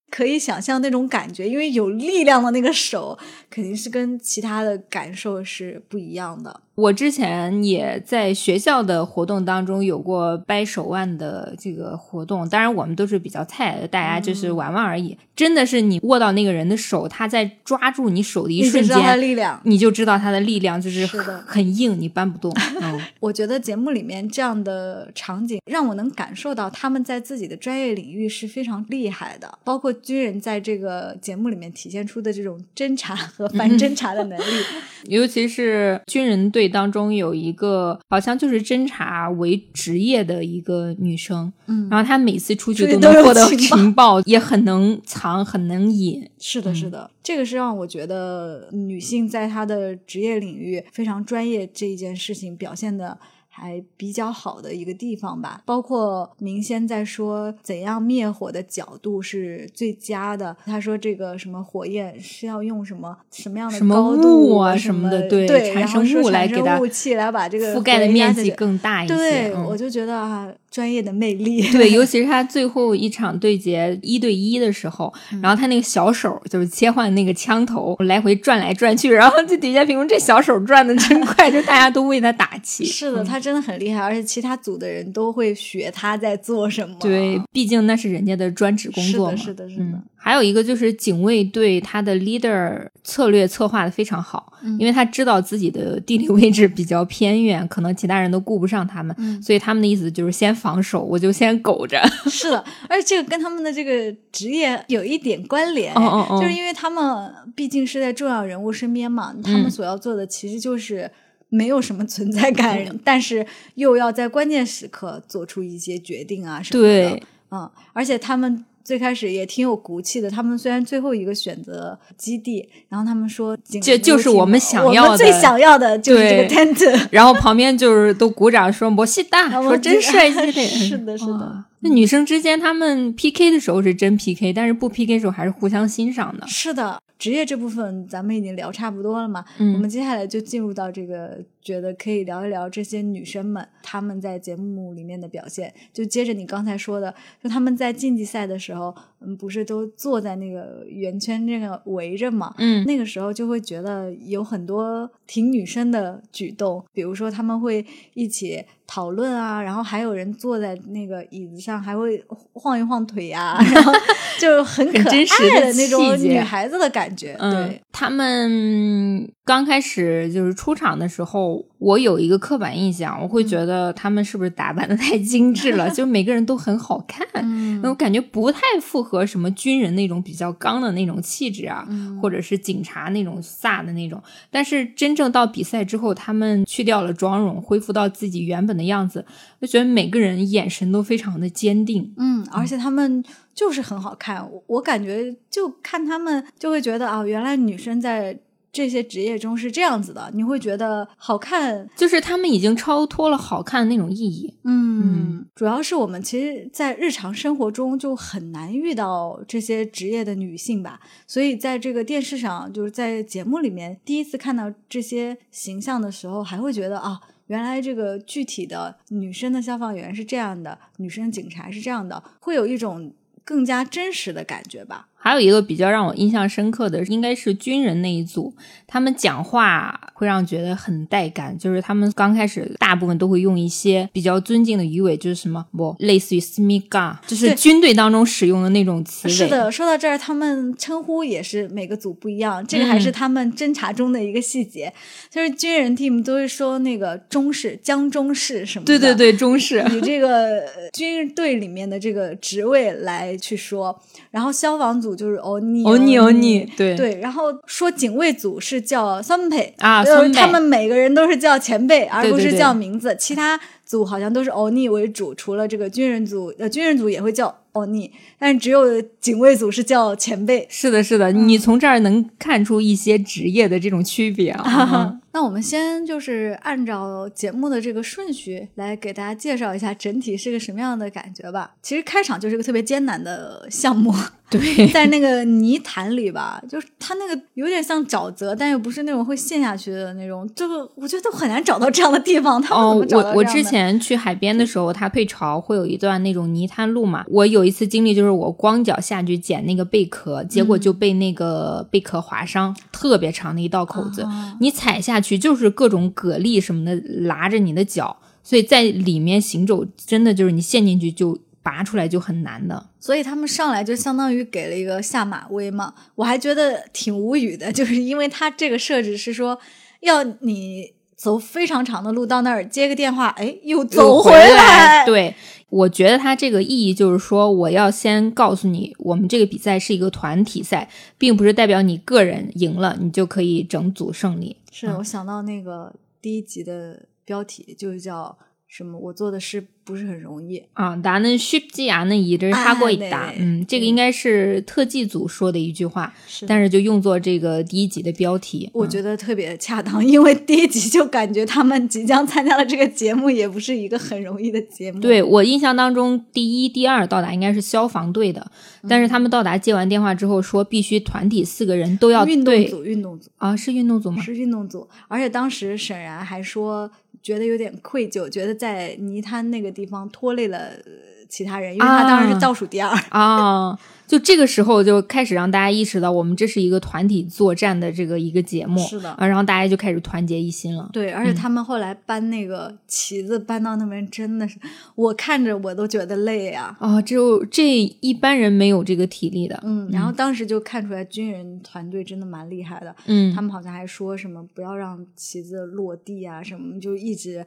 [SPEAKER 1] 可以想象那种感觉，因为有力量的那个手肯定是跟其他的感受是不一样的。
[SPEAKER 2] 我之前也在学校的活动当中有过掰手腕的这个活动，当然我们都是比较菜的，大家
[SPEAKER 1] 嗯
[SPEAKER 2] 就是玩玩而已。真的是你握到那个人的手，他在抓住你手的一
[SPEAKER 1] 你只
[SPEAKER 2] 瞬
[SPEAKER 1] 知道她的
[SPEAKER 2] 间，
[SPEAKER 1] 力量。
[SPEAKER 2] 你就知道他的力量就是
[SPEAKER 1] 是的
[SPEAKER 2] 很硬，你搬不动。嗯，
[SPEAKER 1] 我觉得节目里面这样的场景，让我能感受到他们在自己的专业领域是非常厉害的，包括军人在这个节目里面体现出的这种侦查和反侦查的能力。
[SPEAKER 2] 尤其是军人队当中有一个好像就是侦察为职业的一个女生，
[SPEAKER 1] 嗯
[SPEAKER 2] 然后她每次出去
[SPEAKER 1] 出去
[SPEAKER 2] 都
[SPEAKER 1] 都
[SPEAKER 2] 能
[SPEAKER 1] 有
[SPEAKER 2] 获得
[SPEAKER 1] 情报
[SPEAKER 2] 情报，也很能藏，很能引。
[SPEAKER 1] 是的，
[SPEAKER 2] 嗯
[SPEAKER 1] 是的，这个是让我觉得女性在她的职业领域非常专业这一件事情表现的还比较好的一个地方吧。包括明先在说怎样灭火的角度是最佳的，他说这个什么火焰是要用什么什么样的
[SPEAKER 2] 什么
[SPEAKER 1] 高
[SPEAKER 2] 雾
[SPEAKER 1] 度
[SPEAKER 2] 啊
[SPEAKER 1] 什
[SPEAKER 2] 什么的对
[SPEAKER 1] 对，
[SPEAKER 2] 产
[SPEAKER 1] 然后
[SPEAKER 2] 生
[SPEAKER 1] 说
[SPEAKER 2] 雾来
[SPEAKER 1] 产生
[SPEAKER 2] 给它
[SPEAKER 1] 雾气来把这个
[SPEAKER 2] 覆盖
[SPEAKER 1] 火
[SPEAKER 2] 的
[SPEAKER 1] 焰压
[SPEAKER 2] 面
[SPEAKER 1] 下
[SPEAKER 2] 积
[SPEAKER 1] 去
[SPEAKER 2] 更大一些。
[SPEAKER 1] 对，
[SPEAKER 2] 嗯
[SPEAKER 1] 我就觉得啊，专业的魅力，
[SPEAKER 2] 对，尤其是他最后一场对决一对一的时候，
[SPEAKER 1] 嗯
[SPEAKER 2] 然后他那个小手就是切换那个枪头，来回转来转去，然后这底下评论这小手转的真快，就大家都为他打气。
[SPEAKER 1] 是的，他真的很厉害，而且其他组的人都会学他在做什么。
[SPEAKER 2] 对，毕竟那是人家的专职工作嘛。
[SPEAKER 1] 是的，是的，是
[SPEAKER 2] 嗯
[SPEAKER 1] 的，，
[SPEAKER 2] 还有一个就是警卫队，他的 leader 策略策划的非常好，
[SPEAKER 1] 嗯
[SPEAKER 2] 因为他知道自己的地理位置比较偏远，可能其他人都顾不上他们，
[SPEAKER 1] 嗯哎
[SPEAKER 2] 所以他们的意思就是先防守，我就先苟着。
[SPEAKER 1] 是的，而且这个跟他们的这个职业有一点关联，
[SPEAKER 2] 哦哦哦
[SPEAKER 1] 就是因为他们毕竟是在重要人物身边嘛，他
[SPEAKER 2] 嗯
[SPEAKER 1] 们所要做的其实就是。没有什么存在感，但是又要在关键时刻做出一些决定啊什么的。
[SPEAKER 2] 对，
[SPEAKER 1] 嗯，而且他们最开始也挺有骨气的。他们虽然最后一个选择基地，然后他们说警
[SPEAKER 2] 这就是我们想要的
[SPEAKER 1] 我们最想要的就是这个
[SPEAKER 2] 对
[SPEAKER 1] tent。
[SPEAKER 2] 然后旁边就是都鼓掌说摩西大，
[SPEAKER 1] 啊
[SPEAKER 2] 说真 帅气的。
[SPEAKER 1] 是的是的
[SPEAKER 2] 哇。那女生之间，她们 PK 的时候是真 PK，但是不 PK 的时候还是互相欣赏的。
[SPEAKER 1] 是的，职业这部分咱们已经聊差不多了嘛，我
[SPEAKER 2] 嗯
[SPEAKER 1] 们接下来就进入到这个，觉得可以聊一聊这些女生们她们在节目里面的表现。就接着你刚才说的，就她们在竞技赛的时候，嗯，不是都坐在那个圆圈那个围着嘛？
[SPEAKER 2] 嗯，
[SPEAKER 1] 那个时候就会觉得有很多挺女生的举动，比如说她们会一起讨论啊，然后还有人坐在那个椅子上还会晃一晃腿呀、 然后就很可
[SPEAKER 2] 很真实的
[SPEAKER 1] 爱的那种
[SPEAKER 2] 细节
[SPEAKER 1] 女孩子的感觉。
[SPEAKER 2] 嗯
[SPEAKER 1] 对，，
[SPEAKER 2] 他们刚开始就是出场的时候，我有一个刻板印象，我会觉得他们是不是打扮的太精致了，就每个人都很好看，
[SPEAKER 1] 嗯
[SPEAKER 2] 那我感觉不太符合什么军人那种比较刚的那种气质啊，
[SPEAKER 1] 嗯
[SPEAKER 2] 或者是警察那种飒的那种。但是真正到比赛之后，他们去掉了妆容，恢复到自己原本的样子，我觉得每个人眼神都非常的坚定。
[SPEAKER 1] 嗯，而且他们就是很好看，我我感觉就看他们就会觉得啊，原来女生在这些职业中是这样子的，你会觉得好看。
[SPEAKER 2] 就是他们已经超脱了好看的那种意义，
[SPEAKER 1] 嗯，主要是我们其实，在日常生活中就很难遇到这些职业的女性吧，所以在这个电视上，就是在节目里面第一次看到这些形象的时候，还会觉得啊。原来这个具体的女生的消防员是这样的，女生警察是这样的，会有一种更加真实的感觉吧。
[SPEAKER 2] 还有一个比较让我印象深刻的，应该是军人那一组，他们讲话会让觉得很带感，就是他们刚开始大部分都会用一些比较尊敬的语尾，就是什么不类似于 smiga，就是
[SPEAKER 1] 对
[SPEAKER 2] 军队当中使用的那种词尾。
[SPEAKER 1] 啊是的，说到这儿，他们称呼也是每个组不一样，
[SPEAKER 2] 嗯
[SPEAKER 1] 这个还是他们侦查中的一个细节。就是军人 team 都会说那个中式、江中式什么的。
[SPEAKER 2] 对对。对，中式。
[SPEAKER 1] 以这个呃军队里面的这个职位来去说，然后消防组就是欧尼
[SPEAKER 2] 欧尼欧尼哦对
[SPEAKER 1] 嗯对然后说警卫组是叫三配
[SPEAKER 2] 啊
[SPEAKER 1] 就是
[SPEAKER 2] 三配
[SPEAKER 1] 他们每个人都是叫前辈，而
[SPEAKER 2] 对
[SPEAKER 1] 不
[SPEAKER 2] 对
[SPEAKER 1] 是
[SPEAKER 2] 对
[SPEAKER 1] 叫名字。其他组好像都是欧尼为主，除了这个军人组，呃，军人组也会叫欧尼，但是只有警卫组是叫前辈。
[SPEAKER 2] 是的，是的，
[SPEAKER 1] 嗯
[SPEAKER 2] 你从这儿能看出一些职业的这种区 别啊。
[SPEAKER 1] 那我们先就是按照节目的这个顺序来给大家介绍一下整体是个什么样的感觉吧。其实开场就是个特别艰难的项 目，
[SPEAKER 2] 对，
[SPEAKER 1] 在那个泥潭里吧，就是它那个有点像沼泽，但又不是那种会陷下去的那种。这个我觉得很难找到这样的地方，他们怎么，
[SPEAKER 2] 哦
[SPEAKER 1] 找
[SPEAKER 2] 我
[SPEAKER 1] 到
[SPEAKER 2] 我
[SPEAKER 1] 这样
[SPEAKER 2] 之
[SPEAKER 1] 的嗯
[SPEAKER 2] 前去海边的时候，它退潮会有一段那种泥滩路嘛。我有一次经历就是我光脚下去捡那个贝壳，结果
[SPEAKER 1] 嗯
[SPEAKER 2] 就被那个贝壳划伤，特别长的一道口子。
[SPEAKER 1] 啊
[SPEAKER 2] 你踩下去就是各种蛤蜊什么的拉着你的脚，所以在里面行走真的就是你陷进去就拔出来就很难的。
[SPEAKER 1] 所以他们上来就相当于给了一个下马威嘛。我还觉得挺无语的， 就是因为他这个设置是说要你走非常长的路到那儿接个电话，哎，又走
[SPEAKER 2] 回
[SPEAKER 1] 来，
[SPEAKER 2] 对，我觉得它这个意义就是说，我要先告诉你，我们这个比赛是一个团体赛，并不是代表你个人赢了，你就可以整组胜利。
[SPEAKER 1] 是我想到那个第一集的标题就是叫什么？我做的事不是很容易。
[SPEAKER 2] 啊，나는쉽지않은일을하고있
[SPEAKER 1] 아
[SPEAKER 2] 다。
[SPEAKER 1] 네
[SPEAKER 2] 嗯，这个应该是特技组说的一句话，
[SPEAKER 1] 是
[SPEAKER 2] 但是就嗯用作这个第一集的标题。
[SPEAKER 1] 我
[SPEAKER 2] 得、
[SPEAKER 1] 觉得特别恰当，因为第一集就感觉他们即将参加的这个节目也不是一个很容易的节目。，
[SPEAKER 2] 嗯对我印象当中，第一、第二到达应该是消防队的，
[SPEAKER 1] 嗯
[SPEAKER 2] 但是他们到达接完电话之后说，必须团体四个人都要
[SPEAKER 1] 运动
[SPEAKER 2] 对
[SPEAKER 1] 组，运动组
[SPEAKER 2] 啊，是运动组吗？
[SPEAKER 1] 是运动组，而且当时沈然还说觉得有点愧疚，觉得在泥滩那个地方拖累了呃其他人，因为他当时
[SPEAKER 2] 啊
[SPEAKER 1] 是倒数第二。
[SPEAKER 2] 啊，就这个时候就开始让大家意识到，我们这是一个团体作战的这个一个节目，
[SPEAKER 1] 是的
[SPEAKER 2] 啊，然后大家就开始团结一心了。
[SPEAKER 1] 对，而且他们后来搬那个旗子搬到那边，真的是我看着我都觉得累啊。
[SPEAKER 2] 啊，只有这一般人没有这个体力的，
[SPEAKER 1] 嗯，然后当时就看出来军人团队真的蛮厉害的，
[SPEAKER 2] 嗯
[SPEAKER 1] 他们好像还说什么不要让旗子落地啊什么，就一直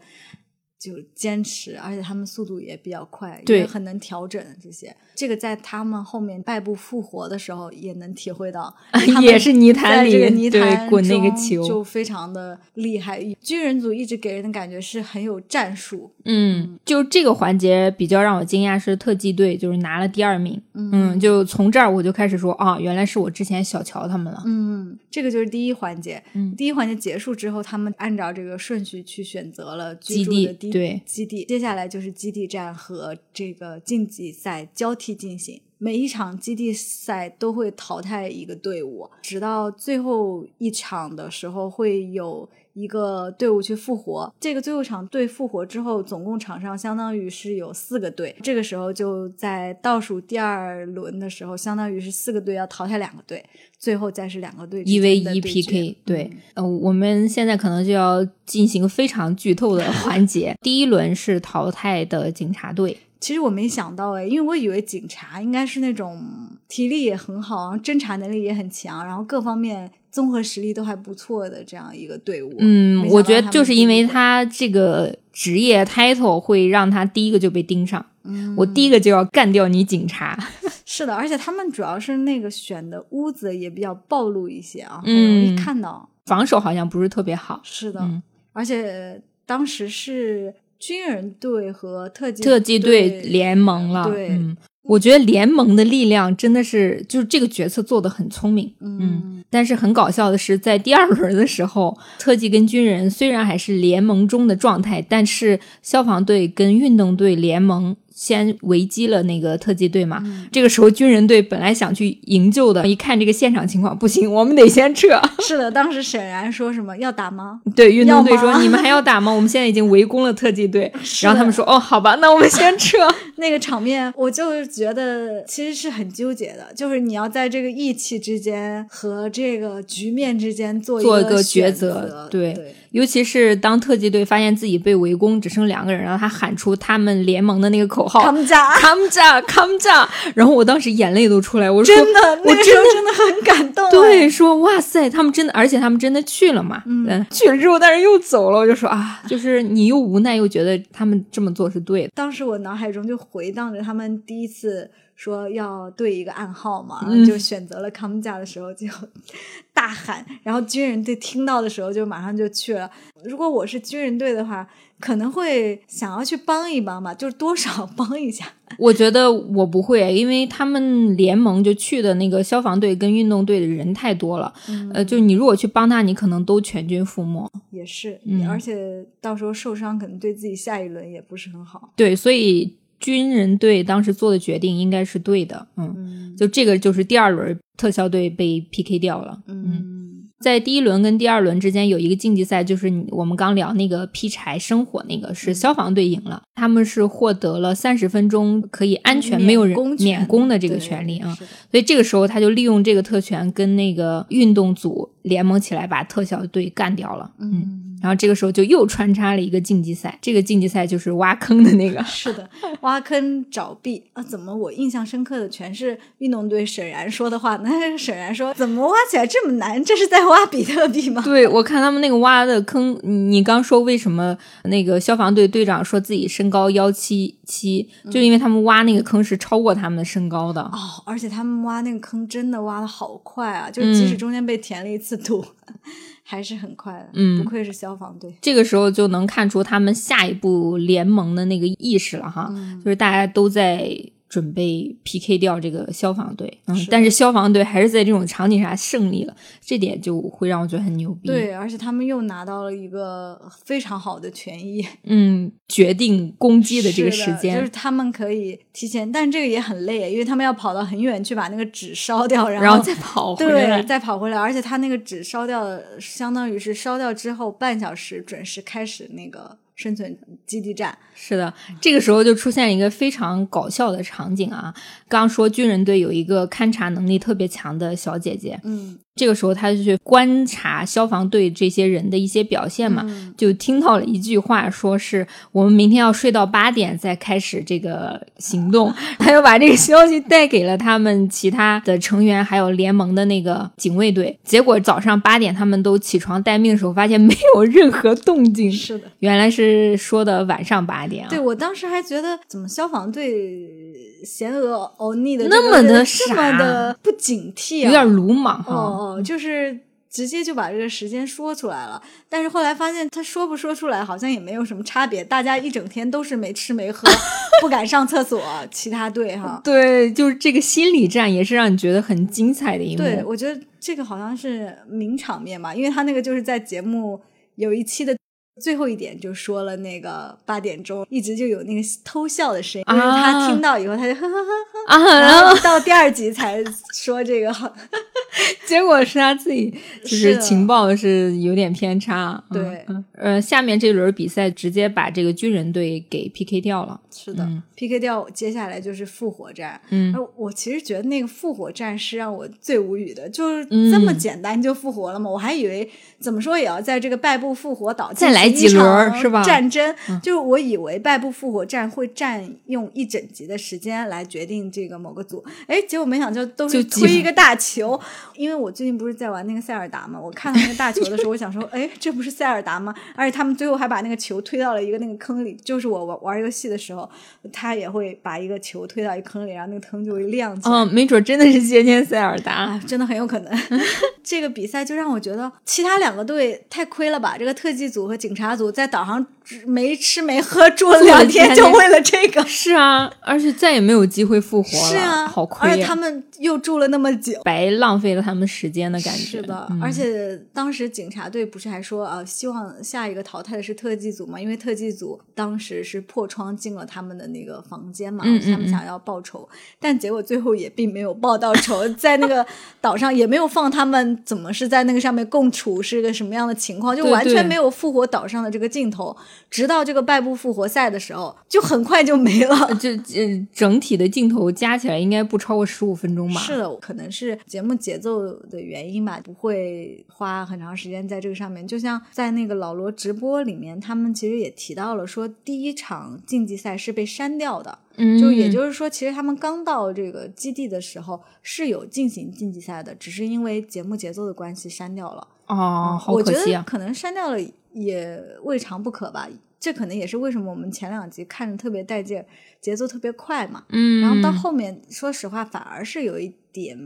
[SPEAKER 1] 就坚持，而且他们速度也比较快，
[SPEAKER 2] 对，
[SPEAKER 1] 也很能调整这些。这个在他们后面败部复活的时候也能体会到
[SPEAKER 2] 也是泥潭里
[SPEAKER 1] 在这个泥潭
[SPEAKER 2] 对滚那个
[SPEAKER 1] 中
[SPEAKER 2] 球嗯
[SPEAKER 1] 就非常的厉害。军人组一直给人的感觉是很有战术，
[SPEAKER 2] 嗯，就这个环节比较让我惊讶是特技队就是拿了第二名，嗯，就从这儿我就开始说啊，原来是我之前小瞧他们了，
[SPEAKER 1] 嗯，这个就是第一环节。
[SPEAKER 2] 嗯
[SPEAKER 1] 第一环节结束之后，他们按照这个顺序去选择了居
[SPEAKER 2] 基
[SPEAKER 1] 住
[SPEAKER 2] 地
[SPEAKER 1] 的地
[SPEAKER 2] 对
[SPEAKER 1] 基地。接下来就是基地战和这个晋级赛交替进行，每一场基地赛都会淘汰一个队伍，直到最后一场的时候会有。一个队伍去复活，这个最后场队复活之后，总共场上相当于是有四个队。这个时候就在倒数第二轮的时候，相当于是四个队要淘汰两个队，最后再是两个队之
[SPEAKER 2] 一 v
[SPEAKER 1] 间的
[SPEAKER 2] 一
[SPEAKER 1] 对
[SPEAKER 2] PK，
[SPEAKER 1] 决嗯
[SPEAKER 2] 对，呃，我们现在可能 就要进行非常剧透的环节。第一轮是淘汰的警察队，
[SPEAKER 1] 其实我没想到哎，因为我以为警察应该是那种体力也很好，然后侦查能力也很强，然后各方面综合实力都还不错的这样一个队伍。没
[SPEAKER 2] 嗯，
[SPEAKER 1] 想
[SPEAKER 2] 我
[SPEAKER 1] 到
[SPEAKER 2] 觉得
[SPEAKER 1] 他
[SPEAKER 2] 就
[SPEAKER 1] 们
[SPEAKER 2] 是因为
[SPEAKER 1] 一个
[SPEAKER 2] 他这个职业 title 会让他第一个就被盯上，
[SPEAKER 1] 嗯
[SPEAKER 2] 我第一个就要干掉你警察。
[SPEAKER 1] 是的，而且他们主要是那个选的屋子也比较暴露一些啊，很容
[SPEAKER 2] 嗯
[SPEAKER 1] 易看到。
[SPEAKER 2] 防守好像不是特别好，
[SPEAKER 1] 是的，
[SPEAKER 2] 嗯
[SPEAKER 1] 而且当时是军人队和特技
[SPEAKER 2] 特技队
[SPEAKER 1] 队
[SPEAKER 2] 联盟了。
[SPEAKER 1] 对
[SPEAKER 2] 嗯，我觉得联盟的力量真的是，就是这个决策做得很聪明。
[SPEAKER 1] 嗯
[SPEAKER 2] 但是很搞笑的是，在第二轮的 时候，特技跟军人虽然还是联盟中的状态，但是消防队跟运动队联盟先围击了那个特技队嘛。
[SPEAKER 1] 嗯
[SPEAKER 2] 这个时候，军人队本来想去营救的，一看这个现场情况不行，我们得 先撤。
[SPEAKER 1] 是的，当时沈然说什么要打吗？
[SPEAKER 2] 对，运动队
[SPEAKER 1] 要
[SPEAKER 2] 说：“
[SPEAKER 1] 吗
[SPEAKER 2] 你们还要打吗？我们现在已经围攻了特技队。”
[SPEAKER 1] 是啊
[SPEAKER 2] 然后他们
[SPEAKER 1] 的
[SPEAKER 2] 说：“哦，好吧，那我们先 撤。
[SPEAKER 1] 那个场面，我就觉得其实是很纠结的，就是你要在这个义气之间和这个局面之间做
[SPEAKER 2] 做
[SPEAKER 1] 一
[SPEAKER 2] 一个
[SPEAKER 1] 选
[SPEAKER 2] 抉择对
[SPEAKER 1] 对”
[SPEAKER 2] 尤其是当特技队发现自己被围攻，只剩两个人，然后他喊出他们联盟的那个口号
[SPEAKER 1] 他们家
[SPEAKER 2] come down, come down。然后我当时眼泪都出来，我说
[SPEAKER 1] 真的，那
[SPEAKER 2] 我
[SPEAKER 1] 个时候
[SPEAKER 2] 真的
[SPEAKER 1] 真的很 感动、哎。
[SPEAKER 2] 对，说哇塞，他们真的，而且他们真的去了嘛，
[SPEAKER 1] 嗯，
[SPEAKER 2] 去了之后，但是又走了，我就说啊，就是你又无奈又觉得他们这么做是对的，
[SPEAKER 1] 当时我脑海中就回荡着他们第一次说要对一个暗号嘛，
[SPEAKER 2] 嗯
[SPEAKER 1] 就选择了康家的时候就 大喊，然后军人队听到的时候就马上就去了。如果我是军人队的话，可能会想要去帮一帮吧，就是多少 帮一下。
[SPEAKER 2] 我觉得我不会，因为他们联盟就去的那个消防队跟运动队的人太多了，呃，就你如果去帮他，你可能都全军覆没。
[SPEAKER 1] 也是，
[SPEAKER 2] 嗯
[SPEAKER 1] 而且到时候受伤可能对自己下一轮也不是很好。
[SPEAKER 2] 对，所以军人队当时做的决定应该是对的，嗯，
[SPEAKER 1] 嗯
[SPEAKER 2] 就这个就是第二轮特效队被 PK 掉了，
[SPEAKER 1] 嗯
[SPEAKER 2] 在第一轮跟第二轮之间有一个竞技赛，就是你我们刚聊那个劈柴生火那个是消防队赢了，他们是获得了三十分钟可以安全没有人
[SPEAKER 1] 工
[SPEAKER 2] 免
[SPEAKER 1] 免
[SPEAKER 2] 工的这个权利啊，
[SPEAKER 1] 是的
[SPEAKER 2] 所以这个时候他就利用这个特权跟那个运动组联盟起来把特效队干掉了，嗯。
[SPEAKER 1] 嗯。
[SPEAKER 2] 然后这个时候就又穿插了一个竞技赛，这个竞技赛就是挖坑的那个，
[SPEAKER 1] 是的，挖坑找壁啊！怎么我印象深刻的全是运动队沈然说的话呢？ 那沈然说怎么挖起来这么难？这是在挖比特币 吗？
[SPEAKER 2] 对，我看他们那个挖的坑，你刚说为什么那个消防队队长说自己身高幺七七，就因为他们挖那个坑是超过他们的身高的。
[SPEAKER 1] 嗯哦，而且他们挖那个坑真的挖的好快啊！就是即使
[SPEAKER 2] 嗯
[SPEAKER 1] 中间被填了一次土， 还是很快的。
[SPEAKER 2] 嗯
[SPEAKER 1] 不愧是消防队。
[SPEAKER 2] 这个时候就能看出他们下一步联盟的那个意识了哈，
[SPEAKER 1] 嗯
[SPEAKER 2] 就是大家都在准备 PK 掉这个消防队，嗯
[SPEAKER 1] 是，的
[SPEAKER 2] 但是消防队还是在这种场景下胜利了，这点就会让我觉得很牛逼。，
[SPEAKER 1] 对，而且他们又拿到了一个非常好的权益，
[SPEAKER 2] 嗯，决定攻击的这个
[SPEAKER 1] 是
[SPEAKER 2] 时间，
[SPEAKER 1] 就是他们可以提前，但这个也很累，因为他们要跑到很远去把那个纸烧掉，然后
[SPEAKER 2] 然后再跑回来
[SPEAKER 1] 对，。再跑回来，而且它那个纸烧掉的，相当于是烧掉之后半小时准时开始那个生存基地战。
[SPEAKER 2] 是的，这个时候就出现一个非常搞笑的场景啊！刚说军人队有一个勘察能力特别强的小姐姐，
[SPEAKER 1] 嗯，
[SPEAKER 2] 这个时候她就去观察消防队这些人的一些表现嘛，
[SPEAKER 1] 嗯
[SPEAKER 2] 就听到了一句话，说是我们明天要睡到八点再开始这个行动，她又把这个消息带给了他们其他的成员，还有联盟的那个警卫队。结果早上八点他们都起床待命的时候，发现没有任何动静。
[SPEAKER 1] 是的，
[SPEAKER 2] 原来是说的晚上八点啊，
[SPEAKER 1] 对我当时还觉得怎么消防队呃贤娥欧尼的这
[SPEAKER 2] 那
[SPEAKER 1] 个
[SPEAKER 2] 么的
[SPEAKER 1] 人
[SPEAKER 2] 傻
[SPEAKER 1] 这么的不警惕、啊，
[SPEAKER 2] 有点鲁莽哈。
[SPEAKER 1] 哦哦，就是。直接就把这个时间说出来了，但是后来发现他说不说出来好像也没有什么差别，大家一整天都是没吃没喝，不敢上厕所。其他队哈，
[SPEAKER 2] 对，就是这个心理战也是让你觉得很精彩的一幕。
[SPEAKER 1] 对，我觉得这个好像是名场面吧，因为他那个就是在节目有一期的最后一点就说了那个八点钟一直就有那个偷笑的声音，就是 他
[SPEAKER 2] 啊
[SPEAKER 1] 听到以后他就呵呵呵，
[SPEAKER 2] 啊，然
[SPEAKER 1] 然
[SPEAKER 2] 后
[SPEAKER 1] 后到第二集才说这个，
[SPEAKER 2] 结果是他自己就是
[SPEAKER 1] 是
[SPEAKER 2] 情报是有点偏差。嗯
[SPEAKER 1] 对
[SPEAKER 2] 嗯呃，下面这轮比赛直接把这个军人队给 PK 掉了。
[SPEAKER 1] 是的、
[SPEAKER 2] 嗯
[SPEAKER 1] p k 掉，接下来就是复活战。
[SPEAKER 2] 嗯
[SPEAKER 1] 而我其实觉得那个复活战是让我最无语的，就是这么
[SPEAKER 2] 嗯
[SPEAKER 1] 简单就复活了吗？我还以为怎么说也要在这个败部复活岛
[SPEAKER 2] 再来
[SPEAKER 1] 进行
[SPEAKER 2] 几
[SPEAKER 1] 一
[SPEAKER 2] 轮儿
[SPEAKER 1] 场
[SPEAKER 2] 是吧嗯
[SPEAKER 1] 战争就是我以为败部复活战会占用一整集的时间来决定这个某个组，哎，结果没想到都
[SPEAKER 2] 就是几
[SPEAKER 1] 推一个大球。因为我最近不是在玩那个塞尔达嘛，我看到那个大球的时候，我想说，哎，这不是塞尔达吗？而且他们最后还把那个球推到了一个那个坑里，就是我玩玩游戏的时候，他也会把一个球推到一坑里，然后那个坑就会亮起来。
[SPEAKER 2] 嗯，没准真的是接近塞尔 达。
[SPEAKER 1] 啊，真的很有可能。 这个比赛就让我觉得其他两个队太亏了吧？这个特技组和警察组在岛上只没吃没喝住了两天，就为了这个。
[SPEAKER 2] 是啊，而且再也没有机会复活了，
[SPEAKER 1] 是啊，
[SPEAKER 2] 好
[SPEAKER 1] 而
[SPEAKER 2] 亏
[SPEAKER 1] 且
[SPEAKER 2] 呀、
[SPEAKER 1] 他们又住了那么久。
[SPEAKER 2] 白浪费了他们时间的感觉。
[SPEAKER 1] 是的，
[SPEAKER 2] 嗯
[SPEAKER 1] 而且当时警察队不是还说啊、呃希望下一个淘汰的是特技组嘛？因为特技组当时是破窗进了他们的那个房间嘛，
[SPEAKER 2] 嗯嗯
[SPEAKER 1] 他们想要报仇，但结果最后也并没有报到仇， 在那个岛上也没有放他们怎么是在那个上面共处是个什么样的情况，就
[SPEAKER 2] 对
[SPEAKER 1] 完全
[SPEAKER 2] 对
[SPEAKER 1] 没有复活岛上的这个镜头。直到这个败部复活赛的时候，就很快就没 了。
[SPEAKER 2] 这这整体的镜头加起来应该不超过十五分钟吧？
[SPEAKER 1] 是的，可能是节目节奏的原因吧，不会花很长时间在这个上面。就像在那个老罗直播里面，他们其实也提到了，说第一场竞技赛是被删掉的，
[SPEAKER 2] 嗯，
[SPEAKER 1] 就也就是说，其实他们刚到这个基地的时候是有进行竞技赛的，只是因为节目节奏的关系删掉了。
[SPEAKER 2] 哦，好
[SPEAKER 1] 我觉
[SPEAKER 2] 可惜
[SPEAKER 1] 得
[SPEAKER 2] 啊。
[SPEAKER 1] 可能删掉了也未尝不可吧。这可能也是为什么我们前两集看着特别带劲儿，节奏特别快嘛。
[SPEAKER 2] 嗯，
[SPEAKER 1] 然后到后面，说实话，反而是有一点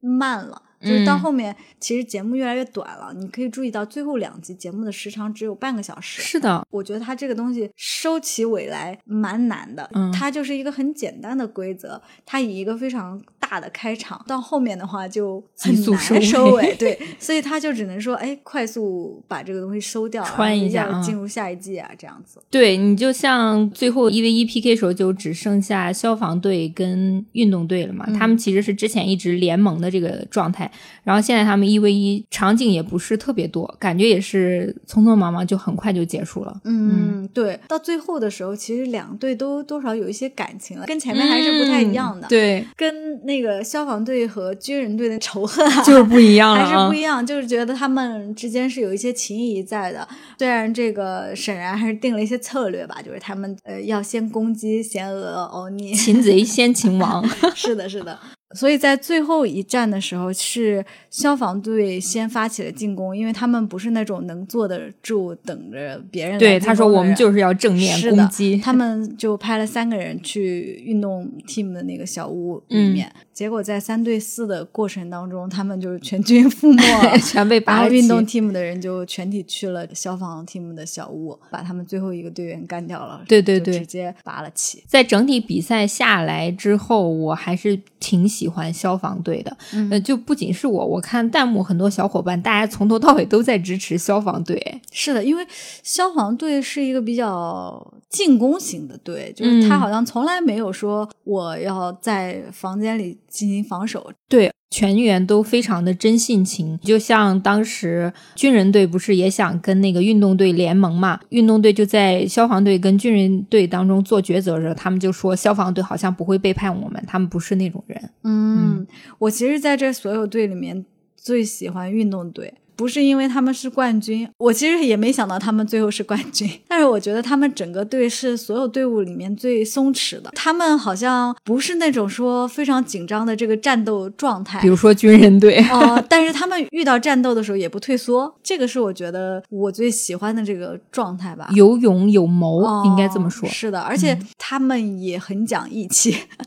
[SPEAKER 1] 慢了。就是到
[SPEAKER 2] 嗯
[SPEAKER 1] 后面，其实节目越来越短了，你可以注意到最后两集节目的时长只有半个小时。
[SPEAKER 2] 是的，
[SPEAKER 1] 我觉得它这个东西收起尾来蛮难的，
[SPEAKER 2] 嗯
[SPEAKER 1] 它就是一个很简单的规则，它以一个非常大的开场，到后面的话就很
[SPEAKER 2] 急速收尾
[SPEAKER 1] 难收尾，对，所以它就只能说，哎，快速把这个东西收掉，
[SPEAKER 2] 穿
[SPEAKER 1] 然后
[SPEAKER 2] 一下
[SPEAKER 1] 要
[SPEAKER 2] 啊
[SPEAKER 1] 进入下一季啊，这样子。
[SPEAKER 2] 对你就像最后一 v 一 PK 的时候，就只剩下消防队跟运动队了嘛。
[SPEAKER 1] 嗯
[SPEAKER 2] 他们其实是之前一直联盟的这个状态，然后现在他们一 v 一场景也不是特别多，感觉也是匆匆忙忙就很快就结束了。
[SPEAKER 1] 嗯，对，到最后的时候，其实两队都多少有一些感情了，跟前面还是不太一样的。
[SPEAKER 2] 嗯，对，
[SPEAKER 1] 跟那个消防队和军人队的仇恨啊，
[SPEAKER 2] 就是不一样 了、
[SPEAKER 1] 还
[SPEAKER 2] 啊，
[SPEAKER 1] 是不一样，就是觉得他们之间是有一些情谊在的。虽然这个沈然还是定了一些策略吧，就是他们呃要先攻击贤娥欧尼，
[SPEAKER 2] 擒贼先 擒王。
[SPEAKER 1] 是的，是的。所以在最后一战的时候，是消防队先发起了进攻，因为他们不是那种能坐得住等着别人来
[SPEAKER 2] 对，
[SPEAKER 1] 进
[SPEAKER 2] 他说
[SPEAKER 1] 攻的
[SPEAKER 2] 我们
[SPEAKER 1] 人
[SPEAKER 2] 就是要正面
[SPEAKER 1] 是的
[SPEAKER 2] 攻击。
[SPEAKER 1] 他们就派了三个人去运动 team 的那个小屋里
[SPEAKER 2] 嗯
[SPEAKER 1] 面，结果在三对四的过程当中，他们就是全军覆没 了。
[SPEAKER 2] 全被
[SPEAKER 1] 然
[SPEAKER 2] 拔
[SPEAKER 1] 后
[SPEAKER 2] 了旗
[SPEAKER 1] 运动 team 的人就全体去了消防 team 的小屋，把他们最后一个队员干掉了。
[SPEAKER 2] 对对
[SPEAKER 1] 就
[SPEAKER 2] 对
[SPEAKER 1] 直接拔了旗。
[SPEAKER 2] 在整体比赛下来之后，我还是挺喜欢消防队的。
[SPEAKER 1] 嗯
[SPEAKER 2] 呃，就不仅是我，我看弹幕很多小伙伴，大家从头到尾都在支持消防队。
[SPEAKER 1] 是的，因为消防队是一个比较进攻型的队，就是他
[SPEAKER 2] 嗯
[SPEAKER 1] 好像从来没有说我要在房间里进行防守，
[SPEAKER 2] 对，全员都非常的真性情，就像当时军人队不是也想跟那个运动队联盟嘛？运动队就在消防队跟军人队当中做抉择的时候，他们就说消防队好像不会背叛我们，他们不是那种人。
[SPEAKER 1] 嗯，我其实在这所有队里面最喜欢运动队，不是因为他们是冠军，我其实也没想到他们最后是冠军， 但是我觉得他们整个队是所有队伍里面最松弛的，他们好像不是那种说非常紧张的这个战斗状态
[SPEAKER 2] 比。如说军人队，
[SPEAKER 1] 哦、但是他们遇到战斗的时候也不退缩，这个是我觉得我最喜欢的这个状态吧。
[SPEAKER 2] 有勇有谋，
[SPEAKER 1] 哦
[SPEAKER 2] 应该这么说。
[SPEAKER 1] 是的，而且他们也很讲义气。哦
[SPEAKER 2] 嗯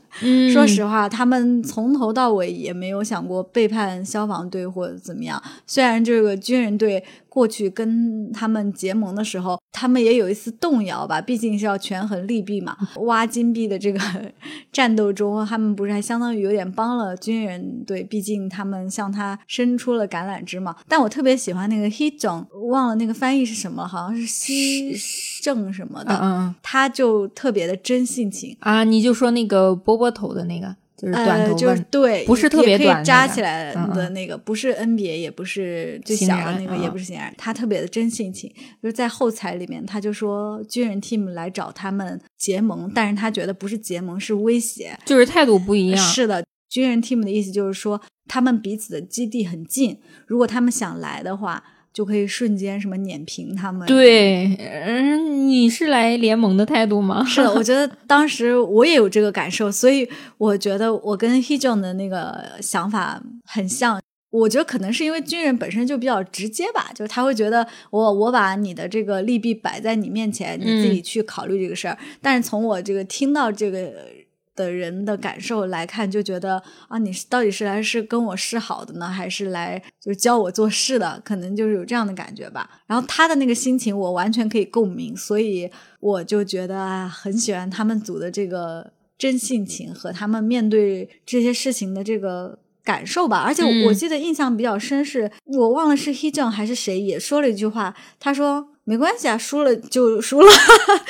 [SPEAKER 1] 说实话，他们从头到尾也没有想过背叛消防队或者怎么样。虽然这个军人队过去跟他们结盟的时候，他们也有一丝动摇吧，毕竟是要权衡利弊嘛。
[SPEAKER 2] 嗯
[SPEAKER 1] 挖金币的这个战斗中，他们不是还相当于有点帮了军人队，毕竟他们向他伸出了橄榄枝嘛。但我特别喜欢那个 He Jong，忘了那个翻译是什么了，好像是西正什么
[SPEAKER 2] 嗯
[SPEAKER 1] 的，
[SPEAKER 2] 嗯嗯
[SPEAKER 1] 他就特别的真性情。
[SPEAKER 2] 啊，你就说那个波波头的那个，就是短
[SPEAKER 1] 呃，
[SPEAKER 2] 头发，
[SPEAKER 1] 就是对，
[SPEAKER 2] 不是特别
[SPEAKER 1] 也可以
[SPEAKER 2] 短那
[SPEAKER 1] 扎
[SPEAKER 2] 个
[SPEAKER 1] 起来
[SPEAKER 2] 嗯
[SPEAKER 1] 的那个，不是 NBA，也不是最小的那
[SPEAKER 2] 型
[SPEAKER 1] 个，
[SPEAKER 2] 人
[SPEAKER 1] 也
[SPEAKER 2] 嗯
[SPEAKER 1] 不是型人，他特别的真性情。就是在后采里面，他就说军人 team 来找他们结盟，但是他觉得不是结盟，是威胁。
[SPEAKER 2] 就是态度不一样。
[SPEAKER 1] 是的，军人 team 的意思就是说，他们彼此的基地很近，如果他们想来的话，就可以瞬间什么碾平他们。
[SPEAKER 2] 对，嗯，你是来联盟的态度吗？
[SPEAKER 1] 是的，我觉得当时我也有这个感受，所以我觉得我跟 Hejon 的那个想法很像。我觉得可能是因为军人本身就比较直接吧，就是他会觉得我我把你的这个利弊摆在你面前，你自己去考虑这个事儿。但是从我这个听到这个的人的感受来看，就觉得啊，你是到底是来是跟我示好的呢，还是来就是教我做事的？可能就是有这样的感觉吧。然后他的那个心情，我完全可以共鸣，所以我就觉得啊，很喜欢他们组的这个真性情和他们面对这些事情的这个。感受吧，而且
[SPEAKER 2] 嗯
[SPEAKER 1] 我记得印象比较深是，我忘了是 He j o n 还是谁也说了一句话，他说没关系啊，输了就输了，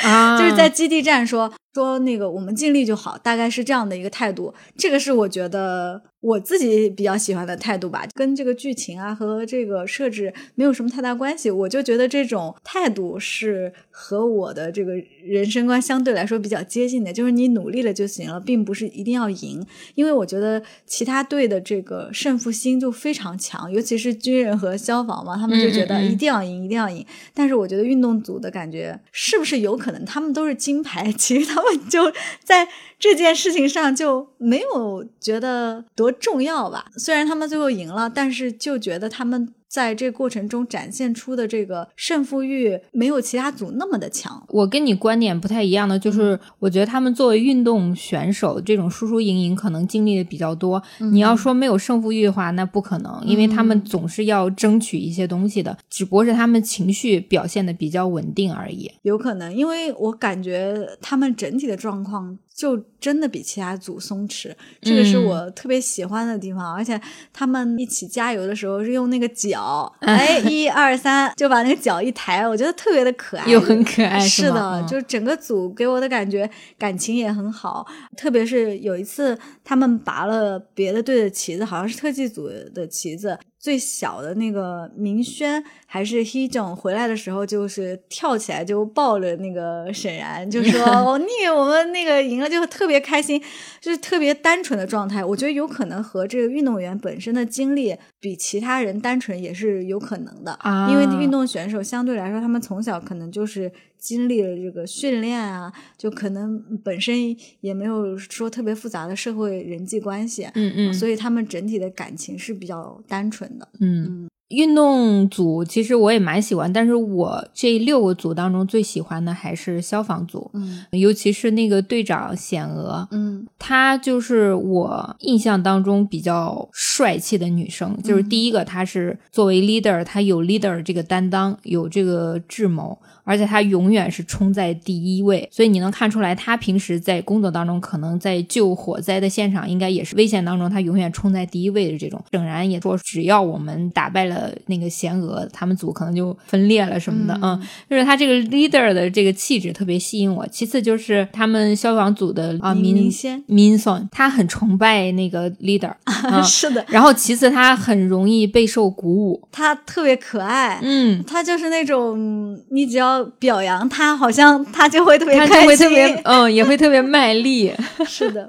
[SPEAKER 2] 啊，
[SPEAKER 1] 就是在基地站说说那个我们尽力就好，大概是这样的一个态度。这个是我觉得我自己比较喜欢的态度吧，跟这个剧情啊和这个设置没有什么太大关系。我就觉得这种态度是和我的这个人生观相对来说比较接近的，就是你努力了就行了，并不是一定要赢。因为我觉得其他队的这个胜负心就非常强，尤其是军人和消防嘛，他们就觉得
[SPEAKER 2] 嗯嗯嗯
[SPEAKER 1] 一定要赢，一定要赢。但是我觉得运动组的感觉是不是有可能他们都是金牌， 其实他们就在这件事情上就没有觉得多重要吧？虽然他们最后赢了，但是就觉得他们。在这过程中展现出的这个胜负欲没有其他组那么的强，
[SPEAKER 2] 我跟你观点不太一样的，
[SPEAKER 1] 嗯
[SPEAKER 2] 就是我觉得他们作为运动选手，这种输输赢赢可能经历的比较多。
[SPEAKER 1] 嗯
[SPEAKER 2] 你要说没有胜负欲的话，那不可能，因为他们总是要争取一些东西的，只不过是他们情绪表现的比较稳定而已。
[SPEAKER 1] 有可能，因为我感觉他们整体的状况就真的比其他组松弛，这个是
[SPEAKER 2] 嗯
[SPEAKER 1] 我特别喜欢的地方。而且他们一起加油的时候是用那个脚，
[SPEAKER 2] 嗯
[SPEAKER 1] 哎，一二三，就把那个脚一抬，我觉得特别的可爱，
[SPEAKER 2] 又很可爱
[SPEAKER 1] 哎是
[SPEAKER 2] 是
[SPEAKER 1] 的，
[SPEAKER 2] 吗嗯
[SPEAKER 1] 就整个组给我的感觉感情也很好，特别是有一次他们拔了别的队的旗子，好像是特技组的旗子。最小的那个明轩还是 He j o n 回来的时候，就是跳起来就抱着那个沈然，就说哦，那个我们那个赢了，就特别开心，就是特别单纯的状态。我觉得有可能和这个运动员本身的经历比其他人单纯也是有可能的，
[SPEAKER 2] 啊
[SPEAKER 1] 因为运动。运动选手相对来说，他们从小可能就是经历了这个训练啊，就可能本身也没有说特别复杂的社会人际关系，
[SPEAKER 2] 嗯嗯
[SPEAKER 1] 所以他们整体的感情是比较单纯的。
[SPEAKER 2] 嗯，运动组其实我也蛮喜欢，但是我这六个组当中最喜欢的还是消防组，
[SPEAKER 1] 嗯
[SPEAKER 2] 尤其是那个队长显娥，
[SPEAKER 1] 嗯
[SPEAKER 2] 她就是我印象当中比较帅气的女生。就是第一个，她是作为 leader，她有 leader 这个担当，有这个智谋，而且她永远是冲在第一位。所以你能看出来，她平时在工作当中，可能在救火灾的现场，应该也是危险当中，她永远冲在第一位的这种。整然也说，只要我们打败了那个贤娥，他们组可能就分裂了什么的，嗯就是他这个 leader 的这个气质特别吸引我。其次就是他们消防组的啊
[SPEAKER 1] 明
[SPEAKER 2] 民
[SPEAKER 1] 明先
[SPEAKER 2] 民松，他很崇拜那个 leader，、嗯
[SPEAKER 1] 是的，
[SPEAKER 2] 然后其次他很容易备受鼓舞，
[SPEAKER 1] 他特别可爱。
[SPEAKER 2] 嗯。
[SPEAKER 1] 他就是那种，你只要表扬他，好像他就会特别
[SPEAKER 2] 他
[SPEAKER 1] 开
[SPEAKER 2] 就会
[SPEAKER 1] 心。
[SPEAKER 2] 特别，嗯，也会特别卖力，
[SPEAKER 1] 是的，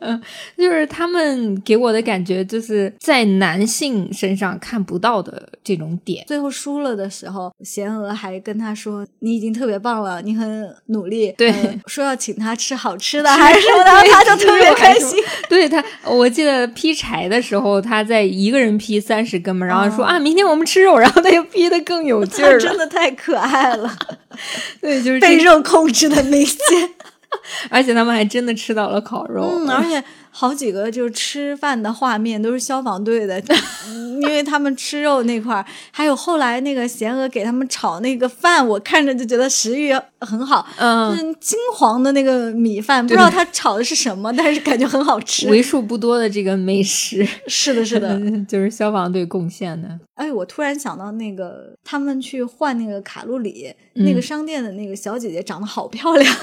[SPEAKER 2] 就是他们给我的感觉，就是在男性身上看不到的这种点。
[SPEAKER 1] 最后输了的时候，贤娥还跟他说：“你已经特别棒了，你很努力。
[SPEAKER 2] 对
[SPEAKER 1] 呃说要请他吃好吃的，还是什么的，他就特别开心。
[SPEAKER 2] 对他，我记得劈柴的时候，他在一个人劈三十根嘛，然后说、
[SPEAKER 1] 哦
[SPEAKER 2] 啊，明天我们吃肉，然 后他就劈得更有劲
[SPEAKER 1] 他
[SPEAKER 2] 儿 了
[SPEAKER 1] 真。的太可爱了，
[SPEAKER 2] 对， 就是这
[SPEAKER 1] 被肉控制的那些。
[SPEAKER 2] 而且他们还真的吃到了烤肉。
[SPEAKER 1] 嗯，而且好几个就是吃饭的画面都是消防队的，因为他们吃肉那块儿，还有后来那个贤娥给他们炒那个饭，我看着就觉得食欲很好。就
[SPEAKER 2] 嗯，
[SPEAKER 1] 是金黄的那个米饭，不知道他炒的是什么，但是感觉很好吃。
[SPEAKER 2] 为数不多的这个美食，
[SPEAKER 1] 是的，是的。
[SPEAKER 2] 就是消防队贡献的。
[SPEAKER 1] 哎，我突然想到那个他们去换那个卡路里，
[SPEAKER 2] 嗯
[SPEAKER 1] 那个商店的那个小姐姐长得好漂亮。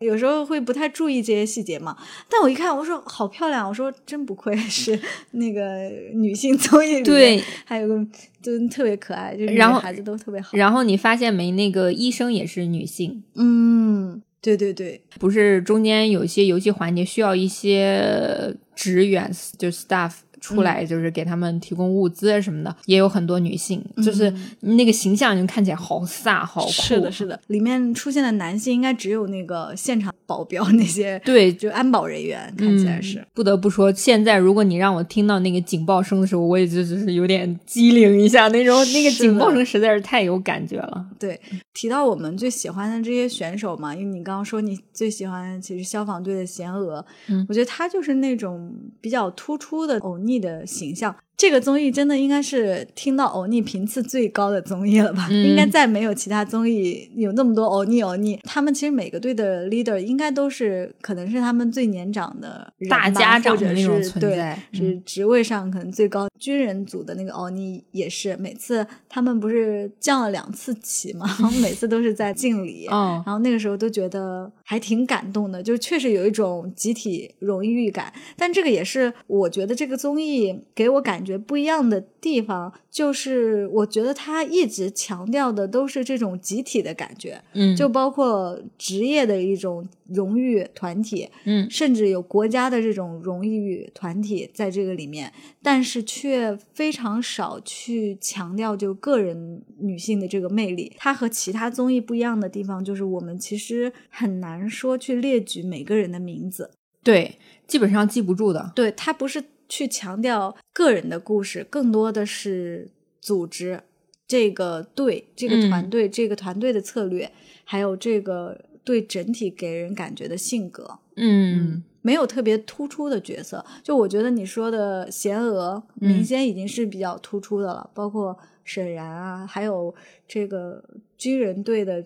[SPEAKER 1] 有时候会不太注意这些细节嘛。但我一看，我说好漂亮，我说真不愧是那个女性综艺里面
[SPEAKER 2] 嗯对，
[SPEAKER 1] 还有个就特别可爱，就是
[SPEAKER 2] 然后
[SPEAKER 1] 孩子都特别好。
[SPEAKER 2] 然后你发现没，那个医生也是女性，
[SPEAKER 1] 嗯，对对对，
[SPEAKER 2] 不是中间有一些游戏环节需要一些职员，就是 staff。出
[SPEAKER 1] 嗯
[SPEAKER 2] 来就是给他们提供物资啊什么的，也有很多女性，就是那个形象就看起来好飒好酷。
[SPEAKER 1] 嗯是的，是的，里面出现的男性应该只有那个现场保镖那些，
[SPEAKER 2] 对，
[SPEAKER 1] 就安保人员看起来
[SPEAKER 2] 嗯
[SPEAKER 1] 是。
[SPEAKER 2] 不得不说，现在如果你让我听到那个警报声的时候，我也就就是有点机灵一下，那时候那个
[SPEAKER 1] 是
[SPEAKER 2] 警报
[SPEAKER 1] 的
[SPEAKER 2] 声实在是太有感觉了。
[SPEAKER 1] 对，
[SPEAKER 2] 嗯
[SPEAKER 1] 提到我们最喜欢的这些选手嘛，因为你刚刚说你最喜欢其实消防队的贤娥，
[SPEAKER 2] 嗯
[SPEAKER 1] 我觉得她就是那种比较突出的欧尼的形象。这个综艺真的应该是听到欧尼频次最高的综艺了吧？
[SPEAKER 2] 嗯
[SPEAKER 1] 应该再没有其他综艺有那么多欧尼欧尼。他们其实每个队的 leader 应该都是可能是他们最年长的人
[SPEAKER 2] 大
[SPEAKER 1] 吧
[SPEAKER 2] 家长
[SPEAKER 1] 或者
[SPEAKER 2] 的那种
[SPEAKER 1] 是
[SPEAKER 2] 存
[SPEAKER 1] 对
[SPEAKER 2] 在嗯
[SPEAKER 1] 是职位上可能最高军人组的那个奥尼也是，每次他们不是降了两次旗 嘛，然后每次都是在敬 礼。
[SPEAKER 2] 嗯，
[SPEAKER 1] 然后那个时候都觉得还挺感动的，就确实有一种集体荣誉感。但这个也是我觉得这个综艺给我感觉不一样的地方，就是我觉得它一直强调的都是这种集体的感觉，
[SPEAKER 2] 嗯，
[SPEAKER 1] 就包括职业的一种荣誉团体，
[SPEAKER 2] 嗯
[SPEAKER 1] 甚至有国家的这种荣誉团体在这个里面，但是却非常少去强调就个人女性的这个魅力。它和其他综艺不一样的地方就是，我们其实很难说去列举每个人的名字，
[SPEAKER 2] 对，基本上记不住的。
[SPEAKER 1] 对，它不是去强调个人的故事，更多的是组织这个队、这个团队、这个团队的策略，还有这个对整体给人感觉的性格。
[SPEAKER 2] 嗯
[SPEAKER 1] 没有特别突出的角色。就我觉得你说的贤娥、
[SPEAKER 2] 嗯
[SPEAKER 1] 明显已经是比较突出的了，包括沈然啊，还有这个军人队的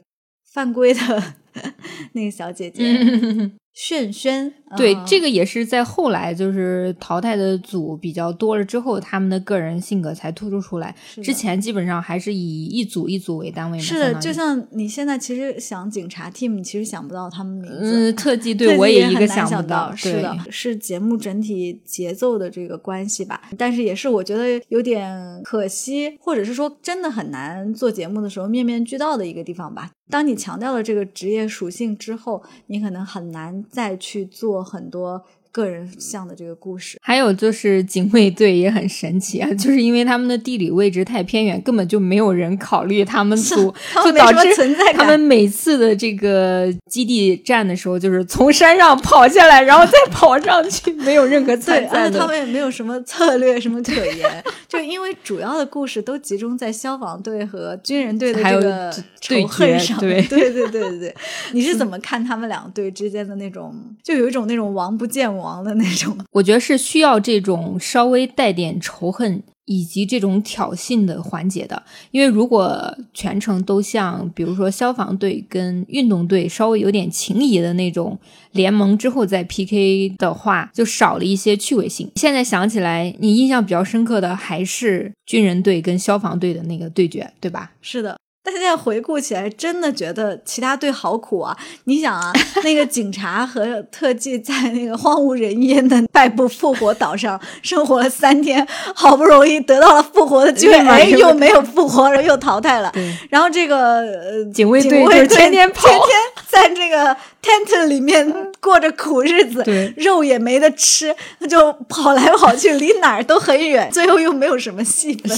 [SPEAKER 1] 犯规的 那个小姐姐
[SPEAKER 2] 嗯，
[SPEAKER 1] 炫轩。
[SPEAKER 2] 对，
[SPEAKER 1] 嗯
[SPEAKER 2] 这个也是在后来就是淘汰的组比较多了之后，他们的个人性格才突出出来。
[SPEAKER 1] 是的
[SPEAKER 2] 之前基本上还是以一组一组为单位嘛，
[SPEAKER 1] 是
[SPEAKER 2] 相
[SPEAKER 1] 的，
[SPEAKER 2] 当于
[SPEAKER 1] 就像你现在其实想警察 team，你其实想不到他们名字。
[SPEAKER 2] 嗯，特技
[SPEAKER 1] 自
[SPEAKER 2] 队
[SPEAKER 1] 己
[SPEAKER 2] 我也一
[SPEAKER 1] 很
[SPEAKER 2] 个
[SPEAKER 1] 难
[SPEAKER 2] 不
[SPEAKER 1] 想
[SPEAKER 2] 到，
[SPEAKER 1] 是
[SPEAKER 2] 对
[SPEAKER 1] 的，是节目整体节奏的这个关系吧。但是也是我觉得有点可惜，或者是说真的很难做节目的时候面面俱到的一个地方吧。当你强调了这个职业属性之后，你可能很难再去做很多个人向的这个故事。，
[SPEAKER 2] 还有就是警卫队也很神奇啊，就是因为他们的地理位置太偏远，根本就没有人考虑他们组
[SPEAKER 1] 他
[SPEAKER 2] 就
[SPEAKER 1] 们
[SPEAKER 2] 导
[SPEAKER 1] 没什么
[SPEAKER 2] 致
[SPEAKER 1] 存在感
[SPEAKER 2] 他们每次的这个基地战的时候，就是从山上跑下来，然后再跑上去，没有任何
[SPEAKER 1] 对，
[SPEAKER 2] 参
[SPEAKER 1] 而
[SPEAKER 2] 战
[SPEAKER 1] 且他
[SPEAKER 2] 的。
[SPEAKER 1] 们也没有什么策略、什么可 言，就因为主要的故事都集中在消防队和军人队的
[SPEAKER 2] 还有
[SPEAKER 1] 这个
[SPEAKER 2] 对
[SPEAKER 1] 仇恨
[SPEAKER 2] 决
[SPEAKER 1] 上。
[SPEAKER 2] 对
[SPEAKER 1] 对对对对对，你是怎么看他们两队之间的那种，就有一种那种王不见王的那种？
[SPEAKER 2] 我觉得是需要这种稍微带点仇恨。以及这种挑衅的环节的，因为如果全程都像比如说消防队跟运动队稍微有点情谊的那种联盟之后再 PK 的话，就少了一些趣味性。现在想起来，你印象比较深刻的还是军人队跟消防队的那个对决，对吧？
[SPEAKER 1] 是的。但现在回顾起来，真的觉得其他队好苦啊！你想啊，那 个警察和特技在那个荒无人烟的败部复活岛上生活了三天，好不容易得到了复活的机会，
[SPEAKER 2] 立马
[SPEAKER 1] 哎，
[SPEAKER 2] 就
[SPEAKER 1] 又没有复活，然后又淘汰了。
[SPEAKER 2] 对，
[SPEAKER 1] 然后这个呃
[SPEAKER 2] 警卫队
[SPEAKER 1] 警
[SPEAKER 2] 就是
[SPEAKER 1] 卫
[SPEAKER 2] 天天跑
[SPEAKER 1] 天天在这个 tent 里面过着苦日子，
[SPEAKER 2] 对
[SPEAKER 1] 肉也没得吃，就跑来跑去，离哪儿都很远，最后又没有什么戏份。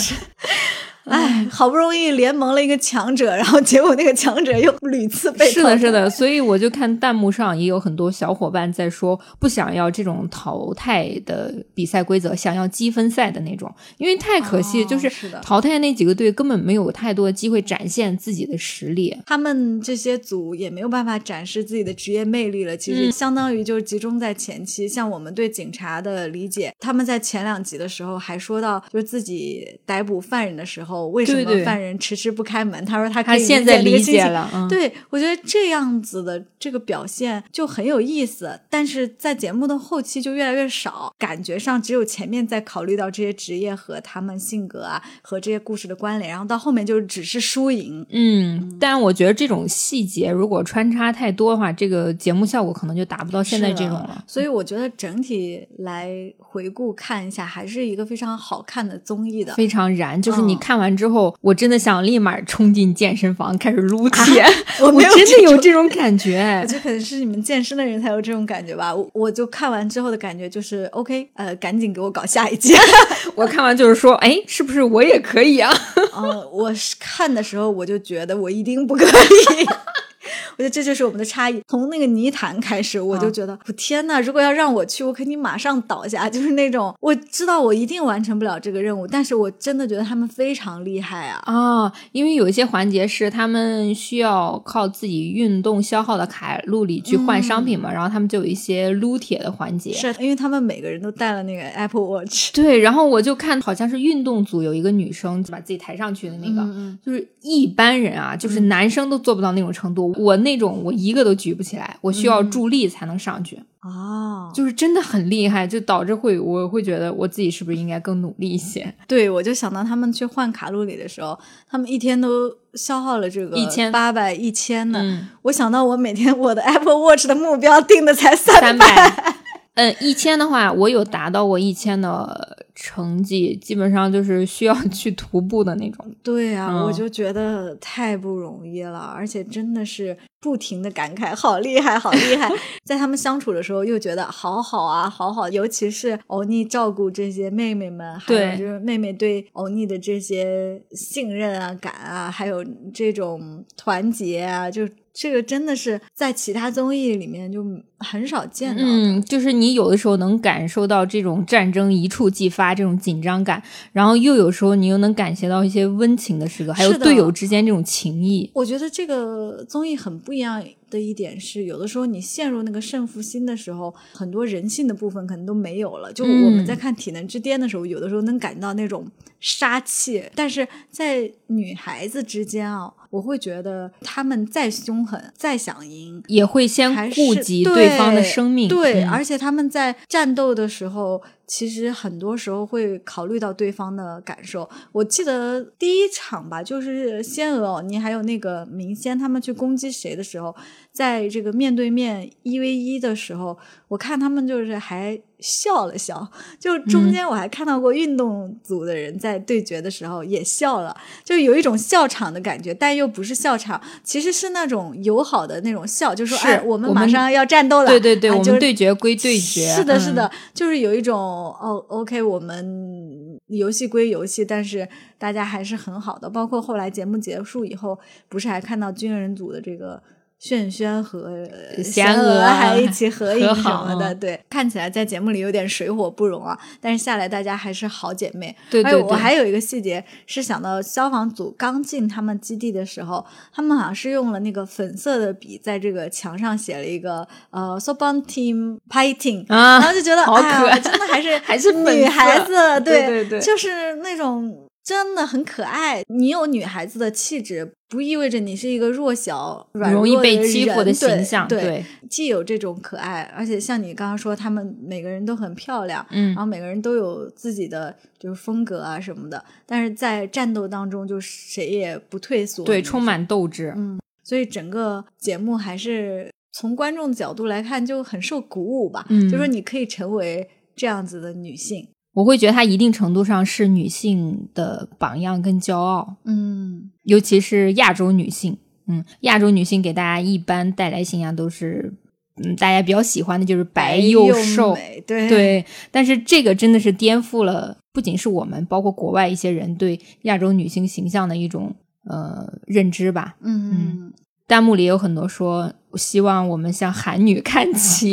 [SPEAKER 1] 哎，好不容易联盟了一个强者，然后结果那个强者又屡次被
[SPEAKER 2] 是的，
[SPEAKER 1] 淘汰
[SPEAKER 2] 是的，所以我就看弹幕上也有很多小伙伴在说不想要这种淘汰的比赛规则，想要积分赛的那种，因为太可惜，
[SPEAKER 1] 哦
[SPEAKER 2] 就是
[SPEAKER 1] 的
[SPEAKER 2] 淘汰那几个队根本没有太多机会展现自己的实力。
[SPEAKER 1] 他们这些组也没有办法展示自己的职业魅力了，其
[SPEAKER 2] 嗯
[SPEAKER 1] 实相当于就是集中在前期。像我们对警察的理解，他们在前两集的时候还说到，就是自己逮捕犯人的时候，候为什么
[SPEAKER 2] 对对
[SPEAKER 1] 犯人迟迟不开门，他说他可
[SPEAKER 2] 他
[SPEAKER 1] 以
[SPEAKER 2] 现在
[SPEAKER 1] 理
[SPEAKER 2] 理
[SPEAKER 1] 解这个心
[SPEAKER 2] 解
[SPEAKER 1] 情
[SPEAKER 2] 了，嗯，
[SPEAKER 1] 对，我觉得这样子的这个表现就很有意思，但是在节目的后期就越来越少，感觉上只有前面在考虑到这些职业和他们性格啊和这些故事的关联，然后到后面就是只是输赢。
[SPEAKER 2] 嗯，但我觉得这种细节如果穿插太多的话，这个节目效果可能就达不到现在这种
[SPEAKER 1] 是
[SPEAKER 2] 了。嗯
[SPEAKER 1] 所以我觉得整体来回顾看一下，还是一个非常好看的综艺的。
[SPEAKER 2] 非常燃，就是你
[SPEAKER 1] 嗯
[SPEAKER 2] 看完之后，我真的想立马冲进健身房开始撸铁，
[SPEAKER 1] 啊 我
[SPEAKER 2] 我
[SPEAKER 1] 没有
[SPEAKER 2] 真
[SPEAKER 1] 这
[SPEAKER 2] 的有
[SPEAKER 1] 种
[SPEAKER 2] 这种感觉。哎
[SPEAKER 1] 我觉得可能是你们健身的人才有这种感觉吧。我我就看完之后的感觉就是，OK，呃，赶紧给我搞下 一季。
[SPEAKER 2] 我看完就是说，哎，是不是我也可以啊？
[SPEAKER 1] 嗯，我是看的时候我就觉得我一定不可以。 我觉得这就是我们的差异。从那个泥潭开始，我就
[SPEAKER 2] 啊
[SPEAKER 1] 觉得，我天呐，如果要让我去，我肯定马上倒下。 就是那种我知道我一定完成不了这个任务，但是我真的觉得他们非常厉害啊。
[SPEAKER 2] 啊，因为有一些环节是他们需要靠自己运动消耗的卡路里去换商品嘛，然后他们就有一些撸铁的环节。
[SPEAKER 1] 是因为他们每个人都带了那个 Apple Watch，
[SPEAKER 2] 对，然后我就看好像是运动组有一个女生把自己抬上去的 那个，
[SPEAKER 1] 嗯
[SPEAKER 2] 就是一般人啊，就是男生都做不到那种程度。我那种我一个都举不起来，我需要助力才能上去，
[SPEAKER 1] 哦，
[SPEAKER 2] 就是真的很厉害，就导致会我会觉得我自己是不是应该更努力一些？
[SPEAKER 1] 对，我就想到他们去换卡路里的时候，他们一天都消耗了这个
[SPEAKER 2] 1000
[SPEAKER 1] 八百一千呢。
[SPEAKER 2] 嗯
[SPEAKER 1] 我想到我每天我的 Apple Watch 的目标定的才三
[SPEAKER 2] 三百。 嗯，一千的话，我有达到过一千的成绩，基本上就是需要去徒步的那种。
[SPEAKER 1] 对啊，
[SPEAKER 2] 嗯
[SPEAKER 1] 我就觉得太不容易了，而且真的是不停的感慨，好厉害，好厉 害。在他们相处的时候，又觉得好好啊，好好，尤其是欧尼照顾这些妹妹们，还有
[SPEAKER 2] 对
[SPEAKER 1] 就是妹妹对欧尼的这些信任啊、感啊，还有这种团结啊，就这个真的是在其他综艺里面就很少见到的。
[SPEAKER 2] 嗯，就是你有的时候能感受到这种战争一触即发这种紧张感，然后又有时候你又能感觉到一些温情的时刻，还有
[SPEAKER 1] 是的
[SPEAKER 2] 队友之间这种情谊。
[SPEAKER 1] 我觉得这个综艺很不一样的一点是，有的时候你陷入那个胜负心的时候，很多人性的部分可能都没有了。就
[SPEAKER 2] 嗯
[SPEAKER 1] 我们在看《体能之巅》的时候，有的时候能感到那种杀气，但是在女孩子之间啊，我会觉得她们再凶狠、再想赢，
[SPEAKER 2] 也会先
[SPEAKER 1] 还是
[SPEAKER 2] 顾及
[SPEAKER 1] 对
[SPEAKER 2] 方的生命，
[SPEAKER 1] 对，
[SPEAKER 2] 嗯
[SPEAKER 1] 而且他们在战斗的时候，其实很多时候会考虑到对方的感受。我记得第一场吧，就是仙娥哦，你还有那个明仙他们去攻击谁的时候，在这个面对面一 v 一的时候，我看他们就是还。笑了笑，就
[SPEAKER 2] 嗯
[SPEAKER 1] 中间我还看到过运动组的人在对决的时候也笑了，就有一种笑场的感觉，但又不是笑场，其实是那种友好的那种笑，就说
[SPEAKER 2] 是
[SPEAKER 1] 哎，我们
[SPEAKER 2] 我
[SPEAKER 1] 马
[SPEAKER 2] 们
[SPEAKER 1] 上要战斗了，
[SPEAKER 2] 对对对，
[SPEAKER 1] 啊
[SPEAKER 2] 我
[SPEAKER 1] 就
[SPEAKER 2] 们
[SPEAKER 1] 是
[SPEAKER 2] 对决归对决，
[SPEAKER 1] 是的，
[SPEAKER 2] 嗯
[SPEAKER 1] 是的，，就是有一种哦，OK，我们游戏归游戏，但是大家还是很好的。包括后来节目结束以后，不是还看到军人组的这个炫轩和呃
[SPEAKER 2] 贤娥
[SPEAKER 1] 娥
[SPEAKER 2] 啊
[SPEAKER 1] 还一起合影
[SPEAKER 2] 和
[SPEAKER 1] 什
[SPEAKER 2] 好
[SPEAKER 1] 么的，对，看起来在节目里有点水火不容啊，但是下来大家还是好姐妹。
[SPEAKER 2] 对
[SPEAKER 1] 还有
[SPEAKER 2] 对
[SPEAKER 1] 我
[SPEAKER 2] 对，
[SPEAKER 1] 还有一个细节是想到消防组刚进他们基地的时候，他们好像是用了那个粉色的笔在这个墙上写了一个呃 s o b o n Team Fighting”，、然
[SPEAKER 2] 啊
[SPEAKER 1] 后，就觉得
[SPEAKER 2] 好
[SPEAKER 1] 哎呀
[SPEAKER 2] 可爱
[SPEAKER 1] 真的还是
[SPEAKER 2] 还是粉
[SPEAKER 1] 女孩
[SPEAKER 2] 色
[SPEAKER 1] 子，
[SPEAKER 2] 对对对
[SPEAKER 1] 就是那种真的很可爱。你有女孩子的气质，不意味着你是一个弱小、软弱
[SPEAKER 2] 容易被
[SPEAKER 1] 人
[SPEAKER 2] 欺负的形象，
[SPEAKER 1] 对，既有这种可爱，而且像你刚刚说，他们每个人都很漂亮。
[SPEAKER 2] 嗯
[SPEAKER 1] 然，后每个人都有自己的就是风格啊什么的，但是在战斗当中，就谁也不退缩，
[SPEAKER 2] 对，充，满斗志，
[SPEAKER 1] 所以整个节目还是从观众的角度来看就很受鼓舞吧，
[SPEAKER 2] 嗯
[SPEAKER 1] 就说你可以成为这样子的女性，
[SPEAKER 2] 我会觉得她一定程度上是女性的榜样跟骄傲，
[SPEAKER 1] 嗯，
[SPEAKER 2] 尤其是亚洲女性，嗯，亚洲女性给大家一般带来形象都是，嗯，大家比较喜欢的就是白
[SPEAKER 1] 又
[SPEAKER 2] 瘦，
[SPEAKER 1] 美，对
[SPEAKER 2] 对，但是这个真的是颠覆了，不仅是我们，包括国外一些人对亚洲女性形象的一种呃认知吧。
[SPEAKER 1] 嗯
[SPEAKER 2] 嗯弹幕里也有很 多 说，希望我们向韩女看齐。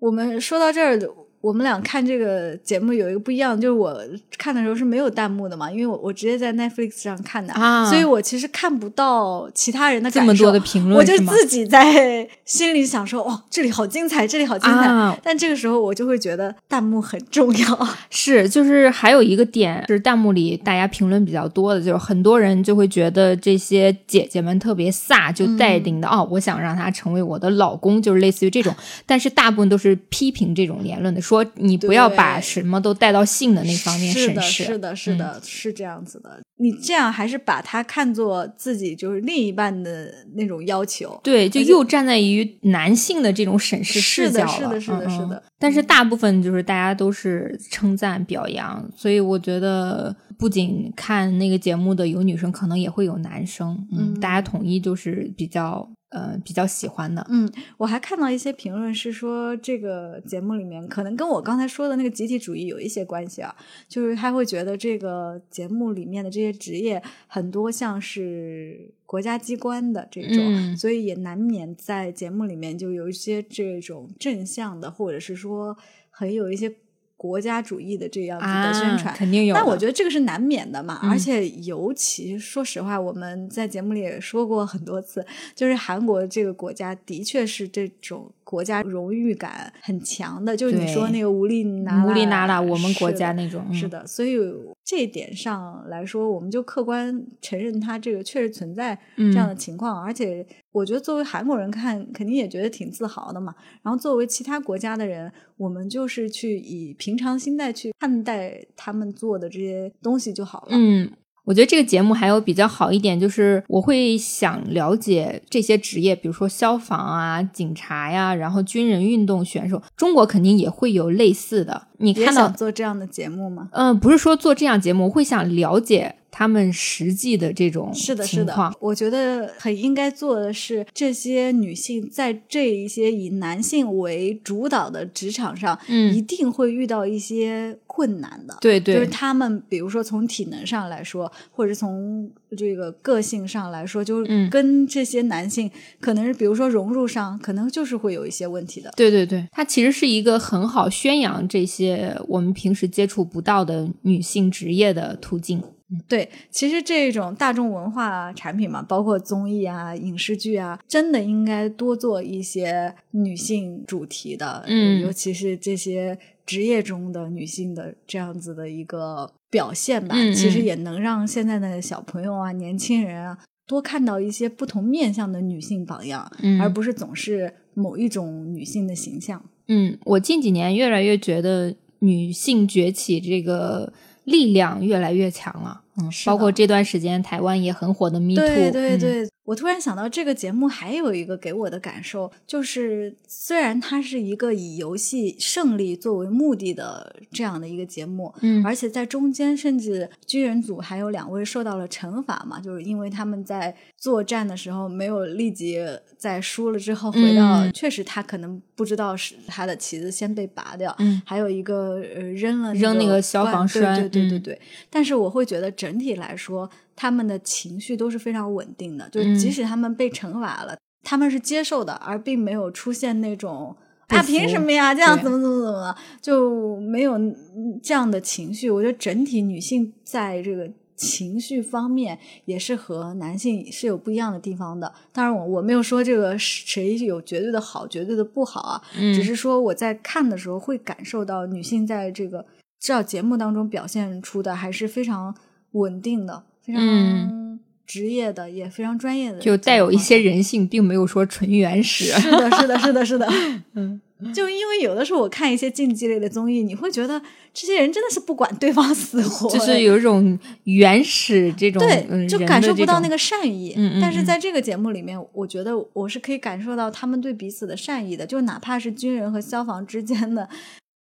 [SPEAKER 1] 我们说到这儿，我们俩看这个节目有一个不一样，就是我看的时候是没有弹幕的嘛，因为我我直接在 Netflix 上看的，
[SPEAKER 2] 啊
[SPEAKER 1] 所以我其实看不到其他人的
[SPEAKER 2] 这
[SPEAKER 1] 感
[SPEAKER 2] 么
[SPEAKER 1] 受
[SPEAKER 2] 多的评论，
[SPEAKER 1] 我就是
[SPEAKER 2] 吗？
[SPEAKER 1] 自己在心里想说，哦，这里好精彩，这里好精彩。
[SPEAKER 2] 啊
[SPEAKER 1] 但这个时候我就会觉得弹幕很重要。
[SPEAKER 2] 是，就是还有一个点是弹幕里大家评论比较多的，就是很多人就会觉得这些姐姐们特别飒，就
[SPEAKER 1] 嗯
[SPEAKER 2] 带领的、哦，我想让她成为我的老公，就是类似于这种。但是大部分都是批评这种言论的，说你不要把
[SPEAKER 1] 对
[SPEAKER 2] 什么都带到性 的那方面
[SPEAKER 1] 是
[SPEAKER 2] 审
[SPEAKER 1] 的，
[SPEAKER 2] 视。嗯
[SPEAKER 1] 是的，是的，是这样子的。你这样还是把它看作自己就是另一半的那种要求。
[SPEAKER 2] 对，就
[SPEAKER 1] 而且
[SPEAKER 2] 又站在于男性的这种审视视
[SPEAKER 1] 是的
[SPEAKER 2] 角了，
[SPEAKER 1] 是的是的
[SPEAKER 2] 嗯
[SPEAKER 1] 是
[SPEAKER 2] 嗯
[SPEAKER 1] 的
[SPEAKER 2] 但是大部分就是大家都是称赞表扬，所以我觉得不仅看那个节目的有女生，可能也会有男生，嗯，
[SPEAKER 1] 嗯
[SPEAKER 2] 大家统一就是比较呃比较喜欢的。
[SPEAKER 1] 嗯，我还看到一些评论是说，这个节目里面可能跟我刚才说的那个集体主义有一些关系啊，就是他会觉得这个节目里面的这些职业很多像是国家机关的这种，
[SPEAKER 2] 嗯
[SPEAKER 1] 所以也难免在节目里面就有一些这种正向的，或者是说很有一些国家主义的这样子
[SPEAKER 2] 啊
[SPEAKER 1] 的宣传。
[SPEAKER 2] 肯定有的。
[SPEAKER 1] 但我觉得这个是难免的嘛，
[SPEAKER 2] 嗯
[SPEAKER 1] 而且尤其说实话，我们在节目里也说过很多次，就是韩国这个国家的确是这种国家荣誉感很强的，就是你
[SPEAKER 2] 对
[SPEAKER 1] 说那个无力拿
[SPEAKER 2] 无
[SPEAKER 1] 拉
[SPEAKER 2] 力拿拉，我们国
[SPEAKER 1] 是的
[SPEAKER 2] 家那种嗯
[SPEAKER 1] 是，的，所以这一点上来说，我们就客观承认它这个确实存在
[SPEAKER 2] 嗯
[SPEAKER 1] 这样的情况，而且我觉得作为韩国人看，肯定也觉得挺自豪的嘛。然后作为其他国家的人，我们就是去以平常心态去看待他们做的这些东西就好了。
[SPEAKER 2] 嗯，我觉得这个节目还有比较好一点，就是我会想了解这些职业，比如说消防啊、警察呀、然后军人、运动选手，中国肯定也会有类似的。你
[SPEAKER 1] 也
[SPEAKER 2] 看到
[SPEAKER 1] 想，做这样的节目吗？
[SPEAKER 2] 嗯、不是说做这样节目，我会想了解他们实际的这种
[SPEAKER 1] 是的，是
[SPEAKER 2] 情况
[SPEAKER 1] 的，我觉得很应该做的是，这些女性在这一些以男性为主导的职场上，
[SPEAKER 2] 嗯
[SPEAKER 1] 一定会遇到一些困难的。
[SPEAKER 2] 对
[SPEAKER 1] 就
[SPEAKER 2] 对，
[SPEAKER 1] 是他们，比如说从体能上来说，或者从这个个性上来说，就
[SPEAKER 2] 嗯
[SPEAKER 1] 是跟这些男性，可能是比如说融入上，可能就是会有一些问题的。
[SPEAKER 2] 对对对，它其实是一个很好宣扬这些我们平时接触不到的女性职业的途径。
[SPEAKER 1] 对，其实这种大众文化产品嘛，包括综艺啊、影视剧啊，真的应该多做一些女性主题的，
[SPEAKER 2] 嗯
[SPEAKER 1] 尤其是这些职业中的女性的这样子的一个表现吧。
[SPEAKER 2] 嗯嗯
[SPEAKER 1] 其实也能让现在的小朋友啊、年轻人啊，多看到一些不同面向的女性榜样，
[SPEAKER 2] 嗯，
[SPEAKER 1] 而不是总是某一种女性的形象。
[SPEAKER 2] 嗯，我近几年越来越觉得女性崛起这个力量越来越强了。嗯，
[SPEAKER 1] 是的
[SPEAKER 2] 包括这段时间台湾也很火的 Me Too，
[SPEAKER 1] 对对
[SPEAKER 2] 嗯
[SPEAKER 1] 对，我突然想到这个节目还有一个给我的感受，就是虽然它是一个以游戏胜利作为目的的这样的一个节目，
[SPEAKER 2] 嗯
[SPEAKER 1] 而且在中间甚至军人组还有两位受到了惩罚嘛，就是因为他们在作战的时候没有立即在输了之后回到，
[SPEAKER 2] 嗯
[SPEAKER 1] 确实他可能不知道是他的旗子先被拔掉，
[SPEAKER 2] 嗯
[SPEAKER 1] 还有一个呃扔了
[SPEAKER 2] 扔那
[SPEAKER 1] 那
[SPEAKER 2] 个消
[SPEAKER 1] 罐
[SPEAKER 2] 防
[SPEAKER 1] 对
[SPEAKER 2] 栓
[SPEAKER 1] 对对对
[SPEAKER 2] 嗯
[SPEAKER 1] 对。但是我会觉得整体来说，他们的情绪都是非常稳定的，就是即
[SPEAKER 2] 嗯
[SPEAKER 1] 使他们被惩罚了，他们是接受的，而并没有出现那种。
[SPEAKER 2] 不
[SPEAKER 1] 啊，凭
[SPEAKER 2] 服
[SPEAKER 1] 什么呀？这样
[SPEAKER 2] 对
[SPEAKER 1] 怎么怎么怎么了，就没有嗯这样的情绪。我觉得整体女性在这个情绪方面也是和男性是有不一样的地方的。当然我，我没有说这个谁有绝对的好，绝对的不好啊，
[SPEAKER 2] 嗯
[SPEAKER 1] 只是说我在看的时候会感受到女性在这个至少节目当中表现出的还是非常稳定的，非常
[SPEAKER 2] 嗯
[SPEAKER 1] 职业的，也非常专业的，
[SPEAKER 2] 就带有一些。人性，并没有说纯原始。
[SPEAKER 1] 是的，是的，是的，是的，
[SPEAKER 2] 嗯，
[SPEAKER 1] 就因为有的时候我看一些竞技类的综艺，你会觉得这些人真的是不管对方死活，哎
[SPEAKER 2] 就是有一种原始这种，
[SPEAKER 1] 对，
[SPEAKER 2] 嗯、
[SPEAKER 1] 就
[SPEAKER 2] 人
[SPEAKER 1] 感
[SPEAKER 2] 的
[SPEAKER 1] 受
[SPEAKER 2] 这
[SPEAKER 1] 不到
[SPEAKER 2] 种
[SPEAKER 1] 那个善意。
[SPEAKER 2] 嗯嗯
[SPEAKER 1] 但是
[SPEAKER 2] 嗯
[SPEAKER 1] 在这个节目里面，我觉得我是可以感受到他们对彼此的善意的，就哪怕是军人和消防之间的。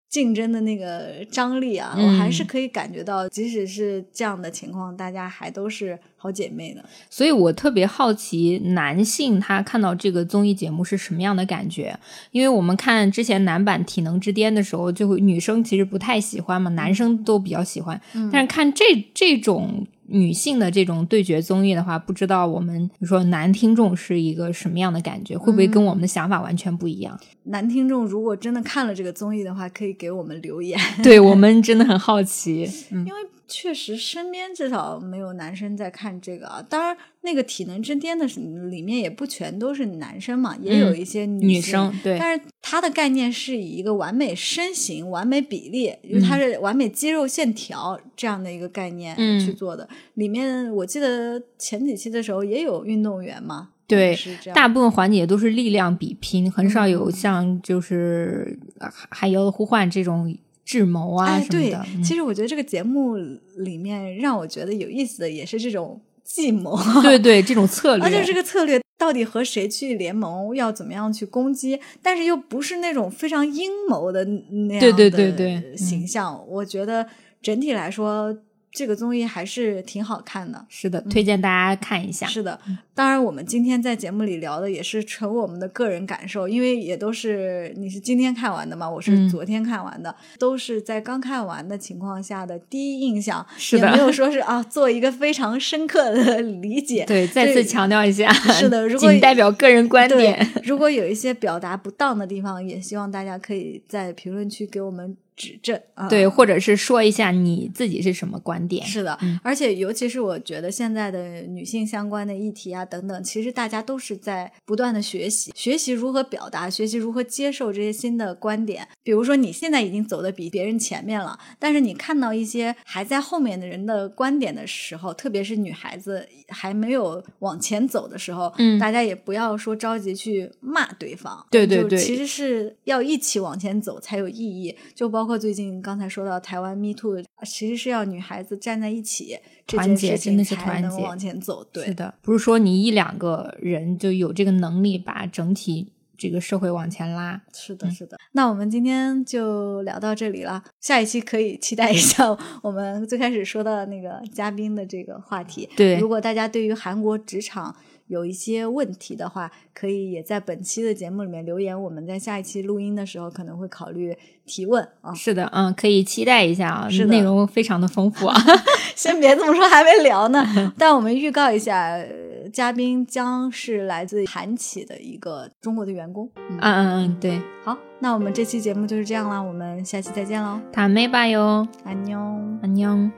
[SPEAKER 1] 竞争的那个张力啊，我还是
[SPEAKER 2] 嗯
[SPEAKER 1] 可以感觉到，即使是这样的情况，大家还都是好姐妹的。
[SPEAKER 2] 所以我特别好奇男性他看到这个综艺节目是什么样的感觉，因为我们看之前男版《体能之巅》的时候，
[SPEAKER 1] 嗯
[SPEAKER 2] 就会女生其实不太喜欢嘛，男生都比较喜欢，但是看这这种女性的这种对决综艺的话，不知道我们比如说男听众是一个什么样的感觉，会不会
[SPEAKER 1] 嗯
[SPEAKER 2] 跟我们的想法完全不一样？
[SPEAKER 1] 男听众如果真的看了这个综艺的话，可以给我们留言，
[SPEAKER 2] 对我们真的很好奇。
[SPEAKER 1] 因
[SPEAKER 2] 嗯
[SPEAKER 1] 为确实身边至少没有男生在看这个啊。当然，那个体能之巅的是里面也不全都是男生嘛，也有一些女
[SPEAKER 2] 嗯女
[SPEAKER 1] 性
[SPEAKER 2] 生对，
[SPEAKER 1] 但是它的概念是以一个完美身形、完美比例，因为它是完美肌肉线条这样的一个概念
[SPEAKER 2] 嗯
[SPEAKER 1] 去做的。里面我记得前几期的时候也有运动员嘛，
[SPEAKER 2] 对
[SPEAKER 1] 是这样。哎
[SPEAKER 2] 大部分环节都是力量比拼，很少有像就是啊海妖的呼唤这种智谋啊
[SPEAKER 1] 哎，
[SPEAKER 2] 什么
[SPEAKER 1] 对
[SPEAKER 2] 的。，
[SPEAKER 1] 其实我觉得这个节目里面让我觉得有意思的也是这种计谋，
[SPEAKER 2] 嗯、对对，这种策略，
[SPEAKER 1] 而且这个策略到底和谁去联盟，要怎么样去攻击，但是又不是那种非常阴谋的那样
[SPEAKER 2] 对
[SPEAKER 1] 的
[SPEAKER 2] 对对对嗯
[SPEAKER 1] 形象。我觉得整体来说，这个综艺还是挺好看的。
[SPEAKER 2] 是的，推荐大家看一下。
[SPEAKER 1] 嗯是的，当然，我们今天在节目里聊的也是纯我们的个人感受，因为也都是你是今天看完的嘛，我
[SPEAKER 2] 嗯
[SPEAKER 1] 是昨天看完的，都是在刚看完的情况下的第一印象，
[SPEAKER 2] 是
[SPEAKER 1] 也
[SPEAKER 2] 的
[SPEAKER 1] 没有说是啊做一个非常深刻的理解。
[SPEAKER 2] 对，再次
[SPEAKER 1] 对
[SPEAKER 2] 强调一下，
[SPEAKER 1] 是 的如果
[SPEAKER 2] 仅代表个人观
[SPEAKER 1] 对
[SPEAKER 2] 点。，
[SPEAKER 1] 如果有一些表达不当的地方，也希望大家可以在评论区给我们指正啊。
[SPEAKER 2] 对，或者是说一下你自己是什么观点。
[SPEAKER 1] 是的，
[SPEAKER 2] 嗯
[SPEAKER 1] 而且尤其是我觉得现在的女性相关的议题啊等等，其实大家都是在不断的学习，学习如何表达，学习如何接受这些新的观点。比如说你现在已经走的比别人前面了，但是你看到一些还在后面的人的观点的时候，特别是女孩子还没有往前走的时候，
[SPEAKER 2] 嗯
[SPEAKER 1] 大家也不要说着急去骂对方，
[SPEAKER 2] 对对
[SPEAKER 1] 就
[SPEAKER 2] 对
[SPEAKER 1] 其实是要一起往前走才有意义。就包括最近刚才说到台湾 Me Too，其实是要女孩子站在一起，这
[SPEAKER 2] 团
[SPEAKER 1] 件
[SPEAKER 2] 结
[SPEAKER 1] 事
[SPEAKER 2] 真的
[SPEAKER 1] 情
[SPEAKER 2] 是
[SPEAKER 1] 才
[SPEAKER 2] 团
[SPEAKER 1] 能
[SPEAKER 2] 结
[SPEAKER 1] 往前走。
[SPEAKER 2] 是
[SPEAKER 1] 对，
[SPEAKER 2] 的，不是说你一两个人就有这个能力把整体这个社会往前拉。
[SPEAKER 1] 是的，是的。那我们今天就聊到这里了，下一期可以期待一下我们最开始说到的那个嘉宾的这个话题。
[SPEAKER 2] 对
[SPEAKER 1] 如果大家对于韩国职场有一些问题的话，可以也在本期的节目里面留言，我们在下一期录音的时候可能会考虑提问啊。
[SPEAKER 2] 是的，嗯，可以期待一下啊，
[SPEAKER 1] 是的
[SPEAKER 2] 内容非常的丰富啊。
[SPEAKER 1] 先别这么说，还没聊呢。但我们预告一下，呃嘉宾将是来自韩企的一个中国的员工。嗯，
[SPEAKER 2] 嗯嗯嗯，对，
[SPEAKER 1] 好，那我们这期节目就是这样啦，我们下期再见喽，
[SPEAKER 2] 塔妹吧哟，
[SPEAKER 1] 安妞。
[SPEAKER 2] 安妞。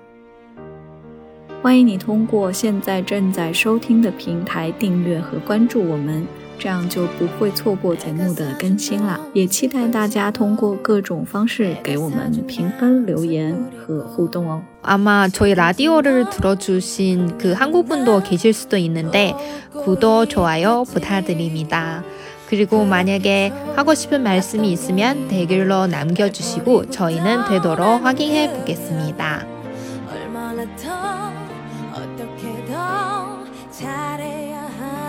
[SPEAKER 1] 欢迎你通过现在正在收听的平台订阅和关注我们，这样就不会错过节目的更新啦。也期待大家通过各种方式给我们评分、留言和互动哦。
[SPEAKER 2] 아마 저희 라디오를 들어주신 그 한국 분도 계실 수도 있는데 구독, 좋아요 부탁드립니다. 그리고 만약에 하고 싶은 말씀이 있으면 댓글로 남겨주시고 저희는 되도록 확인해 보겠습니다.
[SPEAKER 3] 얼마나 더 어떻게 더 잘해야 하나